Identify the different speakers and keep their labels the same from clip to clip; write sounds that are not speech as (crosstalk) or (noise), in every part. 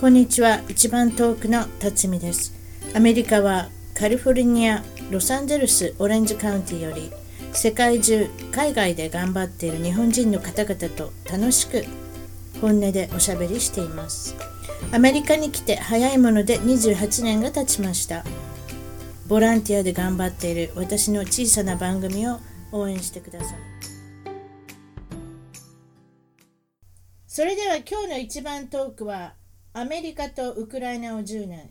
Speaker 1: こんにちは一番遠くの辰巳ですアメリカはカリフォルニアロサンゼルスオレンジカウンティより世界中海外で頑張っている日本人の方々と楽しく本音でおしゃべりしていますアメリカに来て早いもので28年が経ちましたボランティアで頑張っている私の小さな番組を応援してくださいそれでは今日の一番トークはアメリカとウクライナを10年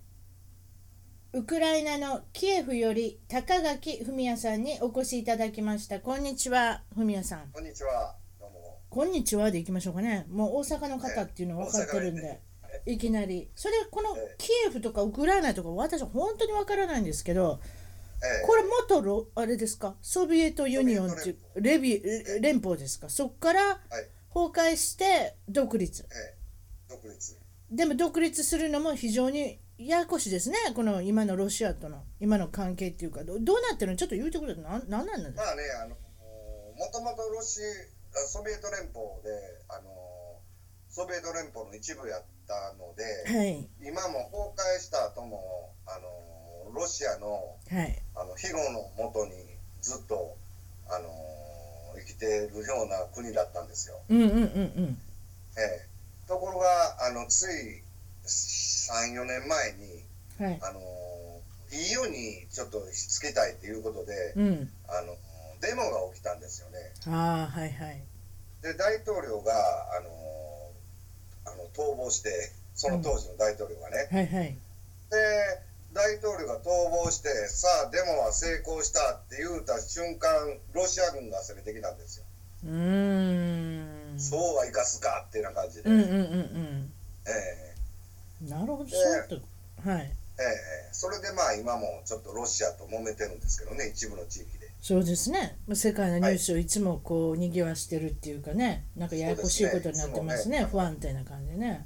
Speaker 1: ウクライナのキエフより高垣文也さんにお越しいただきましたこんにちは文也さん
Speaker 2: こんにちは。どうも。
Speaker 1: こんにちはでいきましょうかね。もう大阪の方っていうのは分かってるんで、
Speaker 2: え
Speaker 1: いきなり。それでこの
Speaker 2: え
Speaker 1: キエフとかウクライナとか私本当に分からないんですけど、
Speaker 2: ええ
Speaker 1: これ元ロあれですかソビエトユニオンっていうレビ連邦ですかそこから
Speaker 2: はい
Speaker 1: 崩壊して独立。
Speaker 2: ええ独立。
Speaker 1: でも独立するのも非常にややこしいですね。この今のロシアとの今の関係っていうかどどうなってるのちょっと言うてくれたなんなんなんですか
Speaker 2: まあね、あの、もともとロシア、ソビエト連邦で、あの、ソビエト連邦の一部やったので、
Speaker 1: はい
Speaker 2: 今も崩壊した後も、あの、ロシアの、
Speaker 1: はい
Speaker 2: あの、庇護のもとにずっと、あの、生きてるような国だったんですよ。
Speaker 1: うんうんうんうん
Speaker 2: ええところが、あの、つい3、4年前に、
Speaker 1: はい
Speaker 2: あの EU にちょっとしつけたいということで、
Speaker 1: うん
Speaker 2: あのデモが起きたんですよね。
Speaker 1: ああはいはい
Speaker 2: で大統領があのあの逃亡してその当時の大統領がね、
Speaker 1: はいはい
Speaker 2: で大統領が逃亡してさあデモは成功したって言うた瞬間ロシア軍が攻めてきたんですよ。
Speaker 1: うーん。
Speaker 2: そうはいかすかっていうような感じで、
Speaker 1: うん
Speaker 2: え
Speaker 1: うんうん
Speaker 2: え
Speaker 1: うん。なるほど。そうと。はい。
Speaker 2: ええそれでまあ今もちょっとロシアと揉めてるんですけどね一部の地域で。
Speaker 1: そうですね。世界のニュースをいつもこう賑わしてるっていうかね、なんかややこしいことになってますね。
Speaker 2: そうですねいつもね
Speaker 1: 不安定な感じでね。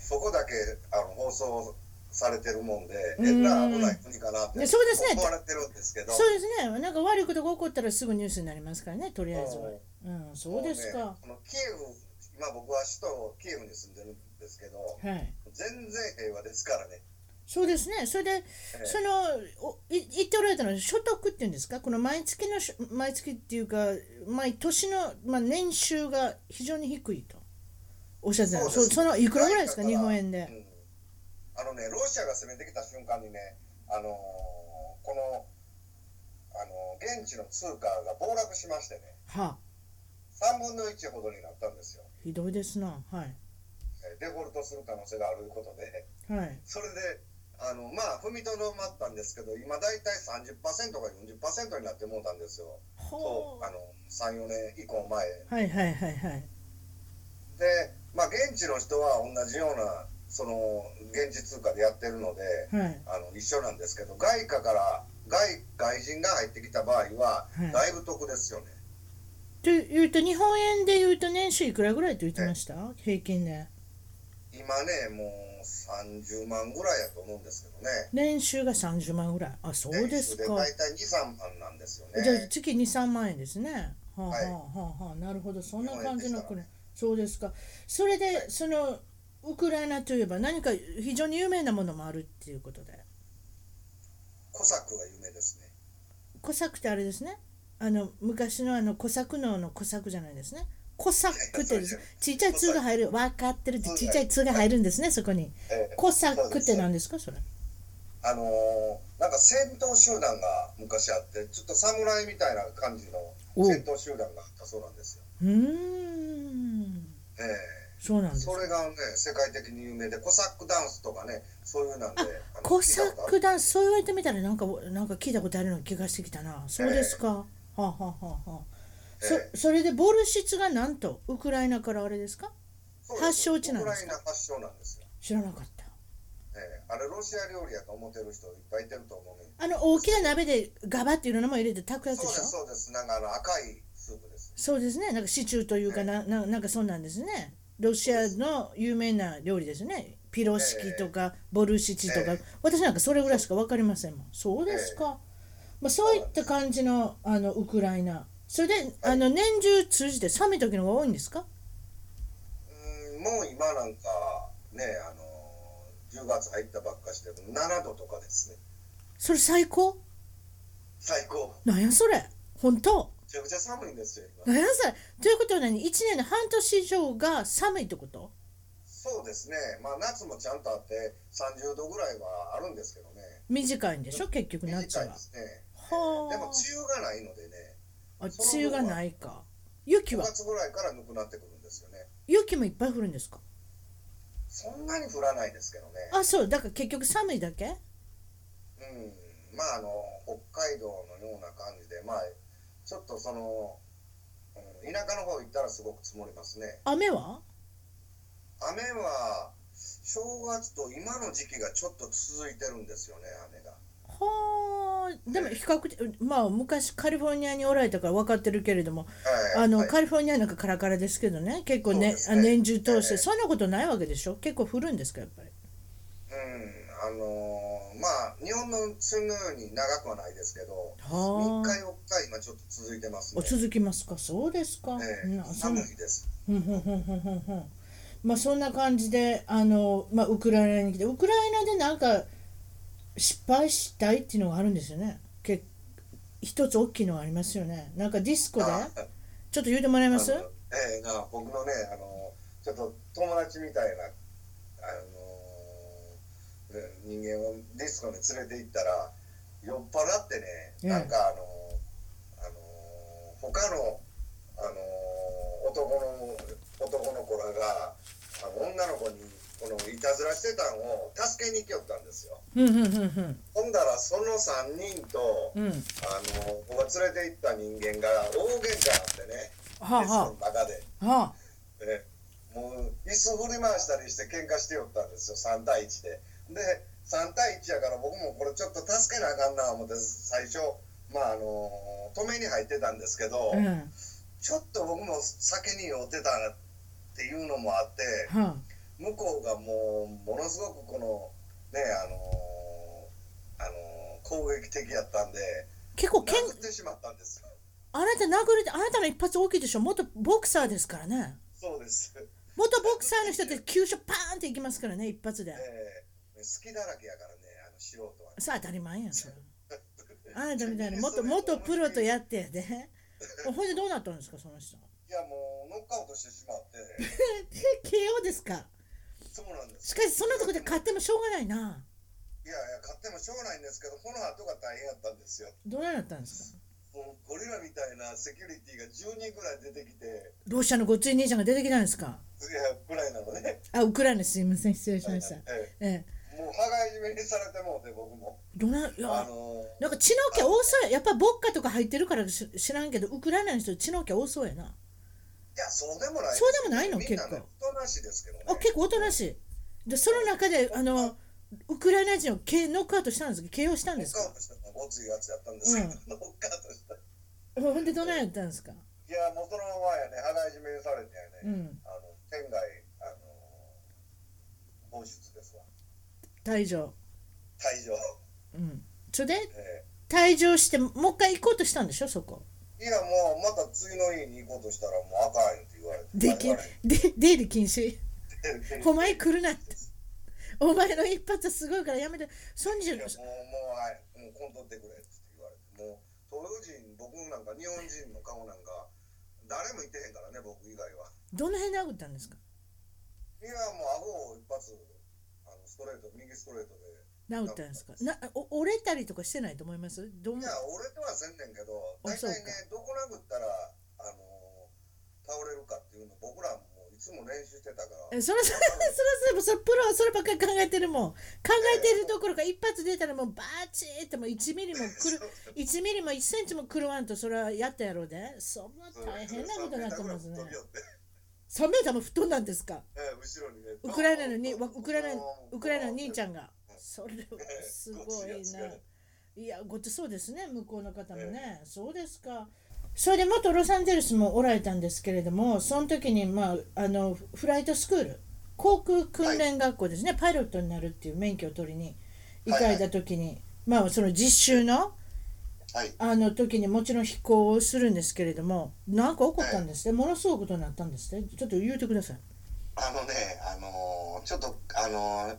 Speaker 2: そこだけあの放送されてるもんで、
Speaker 1: うん
Speaker 2: えらい危ない国かなって
Speaker 1: ねそうですね
Speaker 2: 思われてるんですけど、
Speaker 1: そうですね。なんか悪いことが起こったらすぐニュースになりますからね。とりあえずは。うん、そうです
Speaker 2: もうね
Speaker 1: か。
Speaker 2: このキエフ、今僕は首都キエフに住んでるんですけど、
Speaker 1: はい。
Speaker 2: 全然平和ですからね、
Speaker 1: そうですね。それで、
Speaker 2: え
Speaker 1: そのおい言っておられたのは所得っていうんですか。この毎月のし毎月っていうか毎年のまあ年収が非常に低いとおっしゃってた。
Speaker 2: そ
Speaker 1: そうう
Speaker 2: です
Speaker 1: そのいくらぐらいですか
Speaker 2: はい
Speaker 1: 日本円で。
Speaker 2: うんあのね、ロシアが攻めてきた瞬間にね、あのーこの、あのー現地の通貨が暴落しましてね、
Speaker 1: はあ、
Speaker 2: 3分の1ほどになったんですよ、
Speaker 1: ひどいですな。はい。
Speaker 2: えデフォルトする可能性があることで。
Speaker 1: はい。
Speaker 2: それで、あのまあ、踏みとどまったんですけど、今、大体30%か40%になってもうたんですよ、そうあの3、4年以降前。
Speaker 1: はいはいはいはい。
Speaker 2: で、まあ、現地の人は同じような、その現地通貨でやってるので、
Speaker 1: はい。
Speaker 2: あの一緒なんですけど、外貨から外外人が入ってきた場合は
Speaker 1: はい、
Speaker 2: だいぶ得ですよね。
Speaker 1: というと、日本円で言うと年収いくらぐらいと言ってました平均で。
Speaker 2: 今ね、もう30万ぐらいやと思うんですけどね。
Speaker 1: 年収が30万ぐらい。あ、そうです
Speaker 2: 年収
Speaker 1: か。
Speaker 2: 大体2、3万なんですよね。
Speaker 1: じゃあ月2、3万円ですね。はあ、は
Speaker 2: はい
Speaker 1: あはあはあ、なるほど。そんな感じの
Speaker 2: 日本
Speaker 1: 国
Speaker 2: 円で。
Speaker 1: そうですか。それ
Speaker 2: は
Speaker 1: で、その、ウクライナといえば何か非常に有名なものもあるっていうことで。
Speaker 2: コサクが有名ですね。
Speaker 1: コサクってあれですね。あの昔のあのコサクののコサクじゃないですね。コサクってですねちっちゃい「つ」が入る。分かってるってちっちゃい「つ」が入るんですね。そこに。
Speaker 2: ええ
Speaker 1: コサクって何ですかそれ。
Speaker 2: あのーなんか戦闘集団が昔あってちょっと侍みたいな感じの
Speaker 1: おう
Speaker 2: 戦闘集団があったそうなんですよ、
Speaker 1: うーん。
Speaker 2: え
Speaker 1: そうなん
Speaker 2: え
Speaker 1: です
Speaker 2: そ。れがね世界的に有名でコサックダンスとかねそういうなんであの
Speaker 1: コ
Speaker 2: 聞い
Speaker 1: サ
Speaker 2: たことあ
Speaker 1: ク
Speaker 2: る
Speaker 1: ダンスそう言われてみたらなんかなんか聞いたことあるような気がしてきたな。そうですか。はあ、はあはあはあ。
Speaker 2: え
Speaker 1: そそれでボルシツがなんとウクライナからあれですか
Speaker 2: そう
Speaker 1: 発祥地なんですか
Speaker 2: ウクライナ発祥なんですよ、
Speaker 1: 知らなかった。
Speaker 2: ええあれロシア料理やと思ってる人いっぱいいてると思うね
Speaker 1: あの大きな鍋でガバっていうのも入れて炊くやつ
Speaker 2: そう
Speaker 1: で
Speaker 2: で
Speaker 1: しょ
Speaker 2: すそうですなんかあの赤いスープです
Speaker 1: そうですね、なんかシチューというかな、ななんかそうなんですね。ロシアの有名な料理ですね。ピロシキとかボルシチとか、
Speaker 2: え
Speaker 1: 私なんかそれぐらいしか分かりませんもん。そうですか。まあ、そういった感じのあのウクライナ。それで、あの年中通じて寒い時の方が多いんですか
Speaker 2: うんもう今なんかねあのー10月入ったばっかして7度とかですね
Speaker 1: それ最高
Speaker 2: 最高
Speaker 1: なんやそれ本当
Speaker 2: めちゃくちゃ寒いんですよ今
Speaker 1: なんやそれということは何1年の半年以上が寒いってこと
Speaker 2: そうですねまあ夏もちゃんとあって30度ぐらいはあるんですけどね
Speaker 1: 短いんでしょ結局
Speaker 2: 短いで
Speaker 1: 夏は
Speaker 2: すね
Speaker 1: はあ
Speaker 2: でも梅雨がないのでね
Speaker 1: あ
Speaker 2: その
Speaker 1: 梅雨がないか雪
Speaker 2: 9
Speaker 1: は
Speaker 2: 月ぐらいからなくなってくるんですよね
Speaker 1: 雪もいっぱい降るんですか
Speaker 2: そんなに降らないですけどね
Speaker 1: あそうだから結局寒いだけ
Speaker 2: うんまああの北海道のような感じでまあちょっとその、うん田舎の方行ったらすごく積もりますね
Speaker 1: 雨は
Speaker 2: 雨は正月と今の時期がちょっと続いてるんですよね雨が
Speaker 1: はあでも比較的まあ昔カリフォルニアにおられたから分かってるけれども
Speaker 2: はい
Speaker 1: あの、
Speaker 2: はい
Speaker 1: カリフォルニアなんかカラカラですけどね結構
Speaker 2: そう
Speaker 1: ね
Speaker 2: です
Speaker 1: あ
Speaker 2: ね
Speaker 1: 年中通し
Speaker 2: え
Speaker 1: て
Speaker 2: え
Speaker 1: そんなことないわけでしょ結構降るんですかやっぱり
Speaker 2: うんあのーまあ日本の梅雨のように長くはないですけど3
Speaker 1: は
Speaker 2: 日
Speaker 1: あ
Speaker 2: 4日今ちょっと続いてます
Speaker 1: お
Speaker 2: ね、
Speaker 1: 続きますかそうですか、
Speaker 2: え
Speaker 1: うん
Speaker 2: え
Speaker 1: あそう
Speaker 2: 寒いです
Speaker 1: ふんふんふんふんふんふんまあそんな感じであの、まあ、ウクライナに来てウクライナでなんか失敗したいっていうのがあるんですよねけ一つ大きいのがありますよねなんかディスコで
Speaker 2: あ
Speaker 1: ちょっと言うてもらえます
Speaker 2: あのええなあ僕のねあのちょっと友達みたいなあのえ人間をディスコに連れて行ったら酔っ払ってね、
Speaker 1: ええ
Speaker 2: なんかあのあの他のあの男の男の子らがあの女の子にこのいたずらしてたんを助けに来よったんですよ
Speaker 1: うんうんうんうん
Speaker 2: ほんだらその3人と、
Speaker 1: うん
Speaker 2: あの僕が連れて行った人間が大喧嘩になってね
Speaker 1: は
Speaker 2: ディスコの中で。
Speaker 1: あはあは
Speaker 2: えもう椅子振り回したりして喧嘩してよったんですよ3対1でで3対1やから僕もこれちょっと助けなあかんな思って最初まああの止めに入ってたんですけど、
Speaker 1: あうんは
Speaker 2: ちょっと僕も酒に酔ってたっていうのもあって
Speaker 1: あ
Speaker 2: 向こうがもうものすごくこのねあのあの攻撃的やったんで
Speaker 1: 結構けん
Speaker 2: 殴ってしまったんですよ
Speaker 1: あなた殴れてあなたの一発大きいでしょ元ボクサーですからね
Speaker 2: そうです、
Speaker 1: 元ボクサーの人って急所パーンっていきますからね一発で
Speaker 2: ええ好きだらけやからねあの素人は
Speaker 1: さあ当たり前やんそれあなたみたいな元元プロとやってやで (laughs) ほいでどうなったんですかその人
Speaker 2: いやもうノックアウトしてしまって、
Speaker 1: え KO ですか
Speaker 2: そうなんです。
Speaker 1: しかしそんなとこで勝ってもしょうがないない
Speaker 2: やいや、勝ってもしょうがないんですけど、この後が大変やったんですよ。
Speaker 1: どうなったんですか
Speaker 2: もうゴリラみたいなセキュリティが10人ぐらい出てきて、い
Speaker 1: ロシアのごっつい兄ちゃんが出てきたんですか
Speaker 2: や、ぐらいなのね。
Speaker 1: あウクライナすいません失礼しました
Speaker 2: え
Speaker 1: ええ
Speaker 2: えもう羽がいじめにされてもうて、僕も。
Speaker 1: どないや
Speaker 2: あのー
Speaker 1: なんか血の気多そうややっぱボッカとか入ってるからし知らんけどウクライナの人血の気多そうやない
Speaker 2: や、そうでもない。
Speaker 1: そうでもないの
Speaker 2: みんな
Speaker 1: 結
Speaker 2: ね
Speaker 1: 構。
Speaker 2: おとなしいですけどね。
Speaker 1: あ結構おとなしいでその中であのウクライナ人を K ノックアウトしたんですか KO したん
Speaker 2: ノ
Speaker 1: で
Speaker 2: ッ
Speaker 1: す
Speaker 2: クアウ
Speaker 1: か
Speaker 2: トしたのごつ (laughs) いやつやったんですけど、ノックアウトした。い
Speaker 1: ほんでどないやったんですか
Speaker 2: や、もうそのままやね、羽がいじめにされてや
Speaker 1: う
Speaker 2: ね、
Speaker 1: ん
Speaker 2: あの、県外、あのー、放出ですわ。
Speaker 1: 退場
Speaker 2: 退場。
Speaker 1: うんそれで
Speaker 2: ええ
Speaker 1: 退場してもう一回行こうとしたんでしょそこ
Speaker 2: いやもうまた次の日に行こうとしたらもうあかんって言われて
Speaker 1: できで出入り禁止
Speaker 2: 言
Speaker 1: お
Speaker 2: わ
Speaker 1: 前
Speaker 2: れて
Speaker 1: 来るなってお前の一発はすごいからやめてそんじ
Speaker 2: いやもうもうはいもうコントってくれって言われてもう東洋人僕なんか日本人の顔なんか誰もいてへんからね僕以外は
Speaker 1: どの辺で殴ったんですか
Speaker 2: いやもう顎を一発あのストレート右ストレートで
Speaker 1: 殴ったんですかなお折れたりとかしてないと思いますどう
Speaker 2: い
Speaker 1: も
Speaker 2: や俺とはせんねんけど
Speaker 1: あ
Speaker 2: 大体ね
Speaker 1: そ
Speaker 2: どこ殴ったらあの倒れるかっていうの僕らもいつも練習してたから
Speaker 1: えそ (laughs) れそれそれそれプロはそればっかり考えてるもん考えてるどころか一発出たらもうバチーってもう1ミリもくる1ミリも1センチもくるわんとそれはやったやろうでそんな大変なことになってますね
Speaker 2: 飛び寄って
Speaker 1: 3メーターも太んなんですか
Speaker 2: ええ後ろに (laughs) ね
Speaker 1: ウクライナのにわウクライナウクライナの兄ちゃ
Speaker 2: ん
Speaker 1: んがそれはすごいないやごちそうですね向こうの方もねそうですかそれで元ロサンゼルスもおられたんですけれどもその時にまああのフライトスクール航空訓練学校ですね、パイロットになるっていう免許を取りに行かれた時に、まあその実習の
Speaker 2: はい
Speaker 1: あの時にもちろん飛行をするんですけれどもなんか起こったんですね、ものすごいことになったんですねちょっと言うてください
Speaker 2: あのねあのーちょっとあのー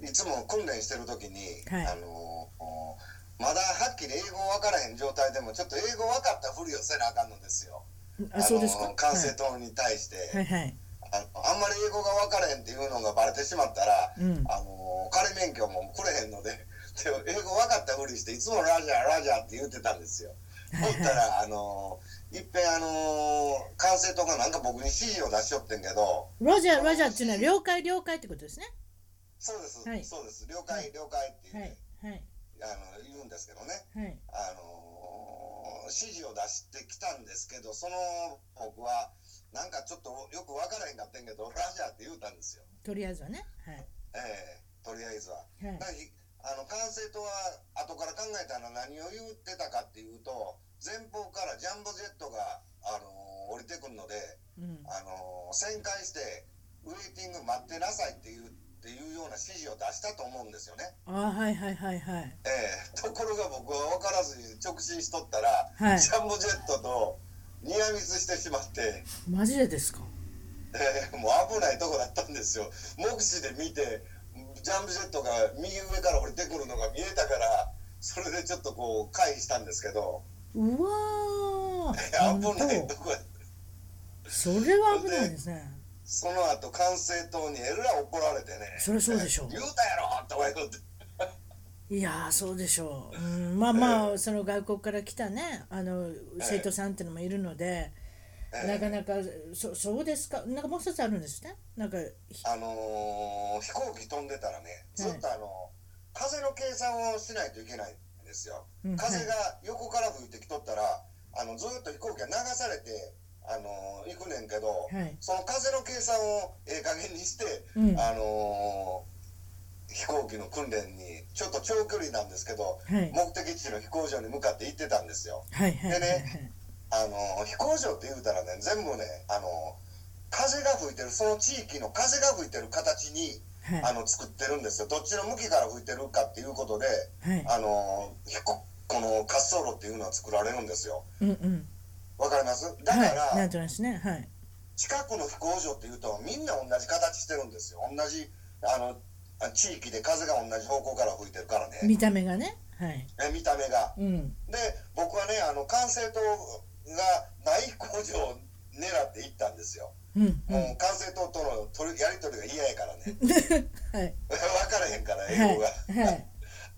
Speaker 2: いつも訓練してる時に、
Speaker 1: はい
Speaker 2: あのおまだはっきり英語分からへん状態でもちょっと英語分かったふりをせなあかんのですよ。
Speaker 1: あそうです
Speaker 2: あ
Speaker 1: か
Speaker 2: の管制塔に対して、
Speaker 1: はいはいはい
Speaker 2: あのあんまり英語が分からへんっていうのがバレてしまったら、
Speaker 1: うん
Speaker 2: あの仮免許もくれへんのでで英語分かったふりしていつも「ラジャーラジャー」って言ってたんですよ。
Speaker 1: はい
Speaker 2: ほったらあのいっぺんあの管制塔がなんか僕に指示を出しよってんけど
Speaker 1: ロジャーロジャーっていうのは了解了解ってことですね
Speaker 2: そうです、
Speaker 1: はい
Speaker 2: そうです了
Speaker 1: は
Speaker 2: 解
Speaker 1: い
Speaker 2: 了解っていう、
Speaker 1: はいはい
Speaker 2: あの言うんですけどね。
Speaker 1: はい
Speaker 2: あのー指示を出してきたんですけどその僕はなんかちょっとよく分からへんかったんけどラジャーって言うたんですよ、
Speaker 1: とりあえずはねはい
Speaker 2: ええとりあえずは。
Speaker 1: はい
Speaker 2: だからひあの完成とは後から考えたら何を言ってたかっていうと前方からジャンボジェットが、あのー降りてくるので、
Speaker 1: うん
Speaker 2: あのー旋回してウェイティング待ってなさいっていうっていうような指示を出したと思うんですよね。
Speaker 1: あはいはいはいはい
Speaker 2: ええところが僕は分からずに直進しとったら、
Speaker 1: はい
Speaker 2: ジャンボジェットとニアミスしてしまって、
Speaker 1: マジでですか
Speaker 2: え (laughs) えもう危ないとこだったんですよ目視で見てジャンボジェットが右上から降りてくるのが見えたからそれでちょっとこう回避したんですけど、
Speaker 1: うわ
Speaker 2: ええ
Speaker 1: ー本
Speaker 2: 危ないと
Speaker 1: 当
Speaker 2: こや
Speaker 1: それは危ないですね
Speaker 2: その後管制塔にえらい怒られてね
Speaker 1: そりゃそうでしょう
Speaker 2: 言うたやろとか言うて
Speaker 1: いやーそうでしょう、うん、まあまあその外国から来たねあの生徒さんっていうのもいるので、
Speaker 2: ええ
Speaker 1: なかなかそそうですかなんかもう一つあるんですねなんかひ
Speaker 2: あのー飛行機飛んでたらねずっとあの、風の計算をしないといけないんですよ、
Speaker 1: うん
Speaker 2: 風が横から吹いてきとったらあのずっと飛行機が流されて、あのー行くねんけど、
Speaker 1: はい
Speaker 2: その風の計算をええ加減にして、
Speaker 1: うん
Speaker 2: あのー飛行機の訓練にちょっと長距離なんですけど、
Speaker 1: はい
Speaker 2: 目的地の飛行場に向かって行ってたんですよ。
Speaker 1: はいはいはい
Speaker 2: でねあの飛行場って言うたらね全部ねあの風が吹いてるその地域の風が吹いてる形に、
Speaker 1: はい
Speaker 2: あの作ってるんですよどっちの向きから吹いてるかっていうことで、
Speaker 1: はい
Speaker 2: あの飛行この滑走路っていうのは作られるんですよ
Speaker 1: うんうん
Speaker 2: わかりますだから、
Speaker 1: はい、なんとなくですねはい
Speaker 2: 近くの飛行場っていうとみんな同じ形してるんですよ同じあのあ地域で風が同じ方向から吹いてるからね
Speaker 1: 見た目がねはい
Speaker 2: え見た目が
Speaker 1: うん
Speaker 2: で僕はねあの管制塔がない飛行場を狙って行ったんですよ
Speaker 1: うんうん
Speaker 2: もう管制塔との取りやり取りが嫌やから (laughs) ね
Speaker 1: はい
Speaker 2: 分からへんから
Speaker 1: はい
Speaker 2: 英語が、
Speaker 1: はい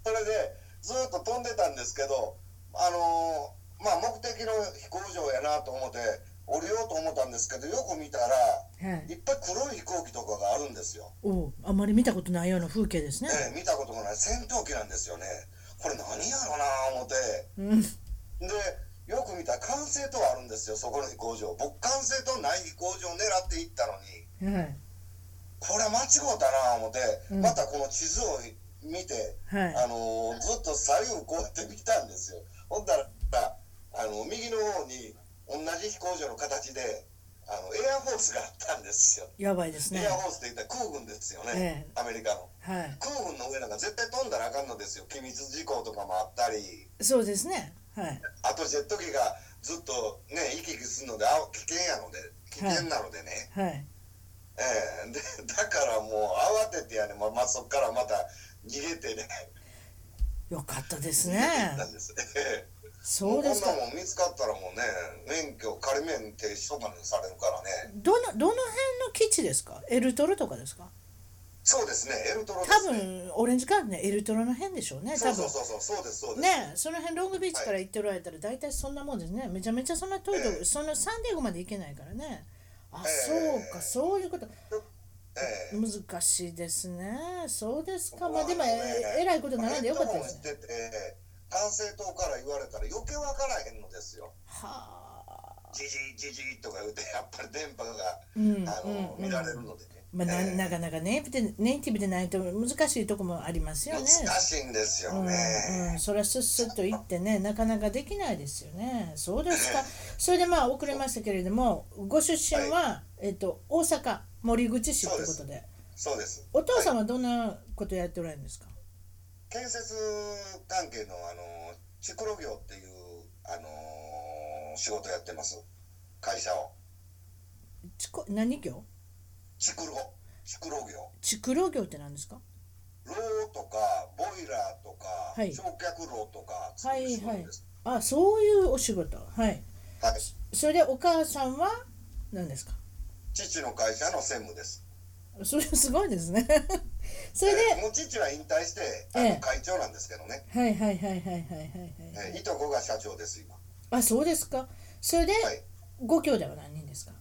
Speaker 2: それでずっと飛んでたんですけどあのーまあ目的の飛行場やなと思って降りようと思ったんですけどよく見たら
Speaker 1: はい
Speaker 2: いっぱい黒い飛行機とかがあるんですよ、
Speaker 1: おうあんまり見たことないような風景ですね
Speaker 2: ええ見たこともない戦闘機なんですよねこれ何やろな思って
Speaker 1: うん
Speaker 2: でよく見たら管制塔あるんですよそこの飛行場僕管制塔ない飛行場を狙って行ったのに
Speaker 1: はい
Speaker 2: これは間違うたな思って、
Speaker 1: うん
Speaker 2: またこの地図を見て、
Speaker 1: はい
Speaker 2: あのーずっと左右こうやって見たんですよほんだらあの右の方に同じ飛行場の形であのエアフォースがあったんですよ、
Speaker 1: やばいですね
Speaker 2: エアフォースって言ったら空軍ですよね、
Speaker 1: ええ
Speaker 2: アメリカの
Speaker 1: はい
Speaker 2: 空軍の上なんか絶対飛んだらあかんのですよ機密事項とかもあったり
Speaker 1: そうですねはい
Speaker 2: あとジェット機がずっとね行き来するのであ危険やので危険なのでね、
Speaker 1: はい
Speaker 2: ええでだからもう慌ててやね、まあまあ、そこからまた逃げてね
Speaker 1: よかったです
Speaker 2: 逃げ
Speaker 1: ね
Speaker 2: ていったんです、ええ
Speaker 1: そうですか
Speaker 2: もこんなもん見つかったらもうね免許仮免停止とかにされるからね
Speaker 1: どのどの辺の基地ですかエルトロとかですか
Speaker 2: そうですねエルトロで
Speaker 1: 多
Speaker 2: す、ね、
Speaker 1: 分オレンジカードねエルトロの辺でしょうね
Speaker 2: そ
Speaker 1: 多
Speaker 2: うそう
Speaker 1: 分
Speaker 2: そうそうそうですそうです、
Speaker 1: ねその辺ロングビーチから行っておられたら大体そんなもんですねめちゃめちゃそんな遠いとこ
Speaker 2: ええ
Speaker 1: そんなサンディエゴまで行けないからねあ
Speaker 2: ええ
Speaker 1: そうかそういうこと
Speaker 2: ええ
Speaker 1: 難しいですねそうですかまあ
Speaker 2: 僕
Speaker 1: で
Speaker 2: は
Speaker 1: もええらいこと
Speaker 2: まあ
Speaker 1: 並んでよかったで
Speaker 2: ネッ
Speaker 1: す
Speaker 2: ト
Speaker 1: ね
Speaker 2: も知っててええ管制塔から言われたら余計わからへんのですよ
Speaker 1: はあ
Speaker 2: ジジイジジイとか言うてやっぱり電波が、
Speaker 1: うん
Speaker 2: あの、
Speaker 1: うん
Speaker 2: 見られるのでね、
Speaker 1: まあな
Speaker 2: ええ
Speaker 1: なかなかネイティブでネイティブでないと難しいとこもありますよね
Speaker 2: 難しいんですよね、
Speaker 1: うんうん、それはスッスッと行ってねなかなかできないですよねそうですかそれでまあ遅れましたけれどもご出身は、えっと大阪森口市ということで
Speaker 2: そうです
Speaker 1: お父さんはどんなことやっておられるんですか、
Speaker 2: 建設関係のあのチクロ業っていうあの仕事やってます会社を
Speaker 1: ちこ何業
Speaker 2: チクロチクロ業
Speaker 1: ちくろう業って何ですか
Speaker 2: 労とかボイラーとか、
Speaker 1: はい
Speaker 2: 焼却炉とか作る仕事です、
Speaker 1: あそういうお仕事はい
Speaker 2: はい
Speaker 1: それでお母さんは何ですか
Speaker 2: 父の会社の専務です
Speaker 1: それすごいですね (laughs) それで
Speaker 2: えーもう父は引退してあ
Speaker 1: ええ
Speaker 2: の会長なんですけどね、
Speaker 1: はいはいはいはいはいはいはい
Speaker 2: えーいとこが社長です今
Speaker 1: あそうですかそれで
Speaker 2: はい
Speaker 1: ご兄弟は何人ですか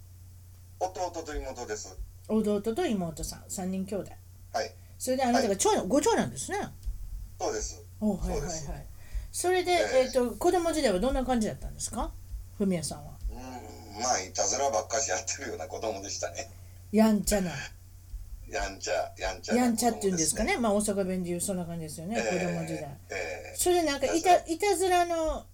Speaker 2: 弟と妹です
Speaker 1: 弟と妹さん3人兄弟
Speaker 2: はい
Speaker 1: それであなたが長男、ご長男ですね
Speaker 2: そうです
Speaker 1: おはいはい
Speaker 2: そう
Speaker 1: は
Speaker 2: で
Speaker 1: い
Speaker 2: す
Speaker 1: それで、
Speaker 2: え
Speaker 1: えー、と子供時代はどんな感じだったんですか文也さんは
Speaker 2: うんまあいたずらばっかしやってるような子供でしたね
Speaker 1: やんちゃな
Speaker 2: やんちゃやんちゃな
Speaker 1: やん
Speaker 2: 子供
Speaker 1: ちゃっていうんですかねまあ大阪弁でいうそんな感じですよね、
Speaker 2: えー
Speaker 1: 子供時代
Speaker 2: え
Speaker 1: それでなんかいたいたずらの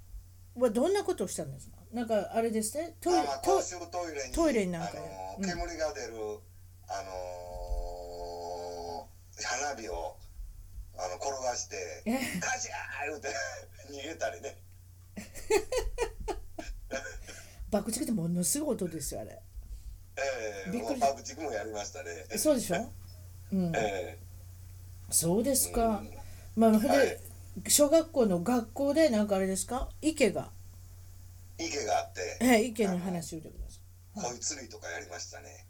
Speaker 1: はどんなことをしたんですかなんかあれですね
Speaker 2: ー
Speaker 1: トイレ
Speaker 2: あまあ
Speaker 1: トイ
Speaker 2: 公衆トイレに
Speaker 1: トイレになんか
Speaker 2: あの
Speaker 1: うん
Speaker 2: ー煙が出る、あのー花火をあの転がして
Speaker 1: え
Speaker 2: 「ガジャー!」言うて (laughs) 逃げたりね
Speaker 1: 爆竹ってものすごい音ですよあれ
Speaker 2: ええ
Speaker 1: びっくり
Speaker 2: パブチクもやりましたね
Speaker 1: そうでしょうん
Speaker 2: え
Speaker 1: そうで
Speaker 2: え
Speaker 1: すか
Speaker 2: うん、
Speaker 1: まあそれで、
Speaker 2: はい
Speaker 1: 小学校の学校でなんかあれですか池が
Speaker 2: 池があって
Speaker 1: ええ池の話をしてくださ
Speaker 2: こいつ類とかやりましたね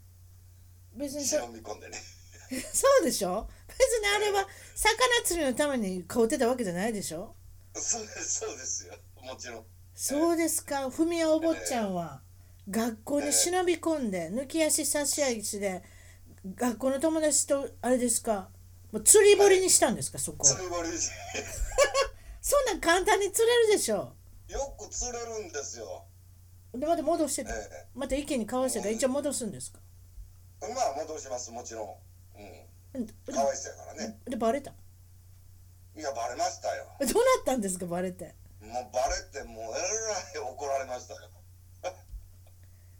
Speaker 1: い別にそ
Speaker 2: 忍び込んでね
Speaker 1: (laughs)
Speaker 2: (laughs)
Speaker 1: そうでしょ別にあれは魚釣りのために買うてたわけじゃないでしょ
Speaker 2: そうですそうですよもちろん
Speaker 1: そうですか文やお坊ちゃんは学校に忍び込んで抜き足差し足で学校の友達とあれですかもう釣り堀にしたんですかそこそ
Speaker 2: 釣り堀で
Speaker 1: ん
Speaker 2: (laughs)
Speaker 1: なん簡単に釣れるでしょ
Speaker 2: よく釣れるんですよ、
Speaker 1: でまた戻して
Speaker 2: え
Speaker 1: た
Speaker 2: え
Speaker 1: また池にかわしてた一応戻すんですか
Speaker 2: まあ戻しますもちろん、う
Speaker 1: うんで
Speaker 2: ん、かわいそうやからね
Speaker 1: でバレた
Speaker 2: いやバレましたよ
Speaker 1: どうなったんですかバレて
Speaker 2: もうバレてもうえらい怒られましたよ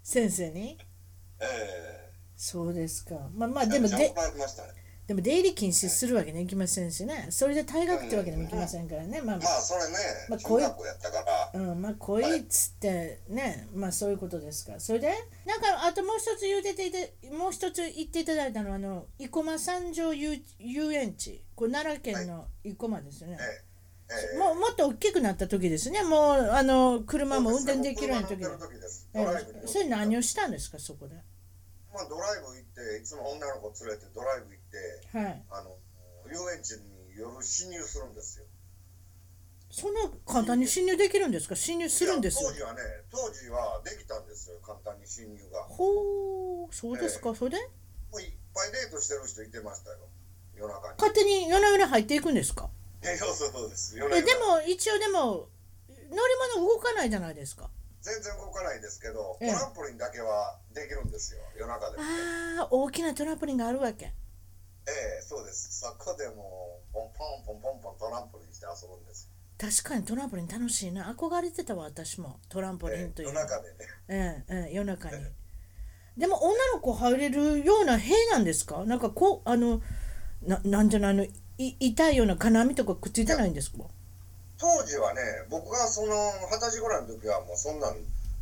Speaker 1: 先生に
Speaker 2: え
Speaker 1: そうですかまあまあ
Speaker 2: え
Speaker 1: でも
Speaker 2: めちゃめ
Speaker 1: で
Speaker 2: ちゃ怒られましたね
Speaker 1: でも出入り禁止するわけにはいきませんしねそれで退学ってわけにもいきませんからねまあ
Speaker 2: まあそれね、
Speaker 1: まあこう
Speaker 2: 中
Speaker 1: いう
Speaker 2: 学校やったから
Speaker 1: うんまあこいっつってねまあそういうことですからそれでなんかあともう一つ言うてていてもう一つ言っていただいたのはあの生駒三条遊遊園地これ奈良県の生駒ですよね、
Speaker 2: ええ
Speaker 1: もうもっと大きくなった時ですねもうあの車も運転できるような時で
Speaker 2: 車乗ってる時です
Speaker 1: え
Speaker 2: ドライブに
Speaker 1: えそれ何
Speaker 2: ま
Speaker 1: をしたんですかそこで
Speaker 2: あドライブ行っていつも女の子連れてドライブ行って
Speaker 1: はい
Speaker 2: あの遊園地に夜侵入するんですよ
Speaker 1: そんな簡単に侵入できるんですか侵入するんですよ
Speaker 2: いや当時はね当時はできたんですよ簡単に侵入が
Speaker 1: ほうそうですか、それで
Speaker 2: もういっぱいデートしてる人いてましたよ夜中に
Speaker 1: 勝手に夜な夜な入っていくんですか
Speaker 2: えそうです夜
Speaker 1: えで
Speaker 2: 中
Speaker 1: も一応でも乗り物動かないじゃないですか
Speaker 2: 全然動かないですけどト
Speaker 1: ええ
Speaker 2: ランポリンだけはできるんですよ夜中でもね
Speaker 1: ああ大きなトランポリンがあるわけ
Speaker 2: ええそうですそこでもうポンポンポンポンポントランポリンして遊ぶんですよ
Speaker 1: 確かにトランポリン楽しいな憧れてたわ私もトランポリ
Speaker 2: え
Speaker 1: ンと
Speaker 2: え
Speaker 1: いう
Speaker 2: 夜
Speaker 1: のは、
Speaker 2: 中でね
Speaker 1: ええええ夜中にでも女の子入れるような塀なんですかなんかこうあのななんじゃないあのい痛いような金網とかくっついてないんですか
Speaker 2: 当時はね僕がその二十歳ぐらいの時はもうそんなん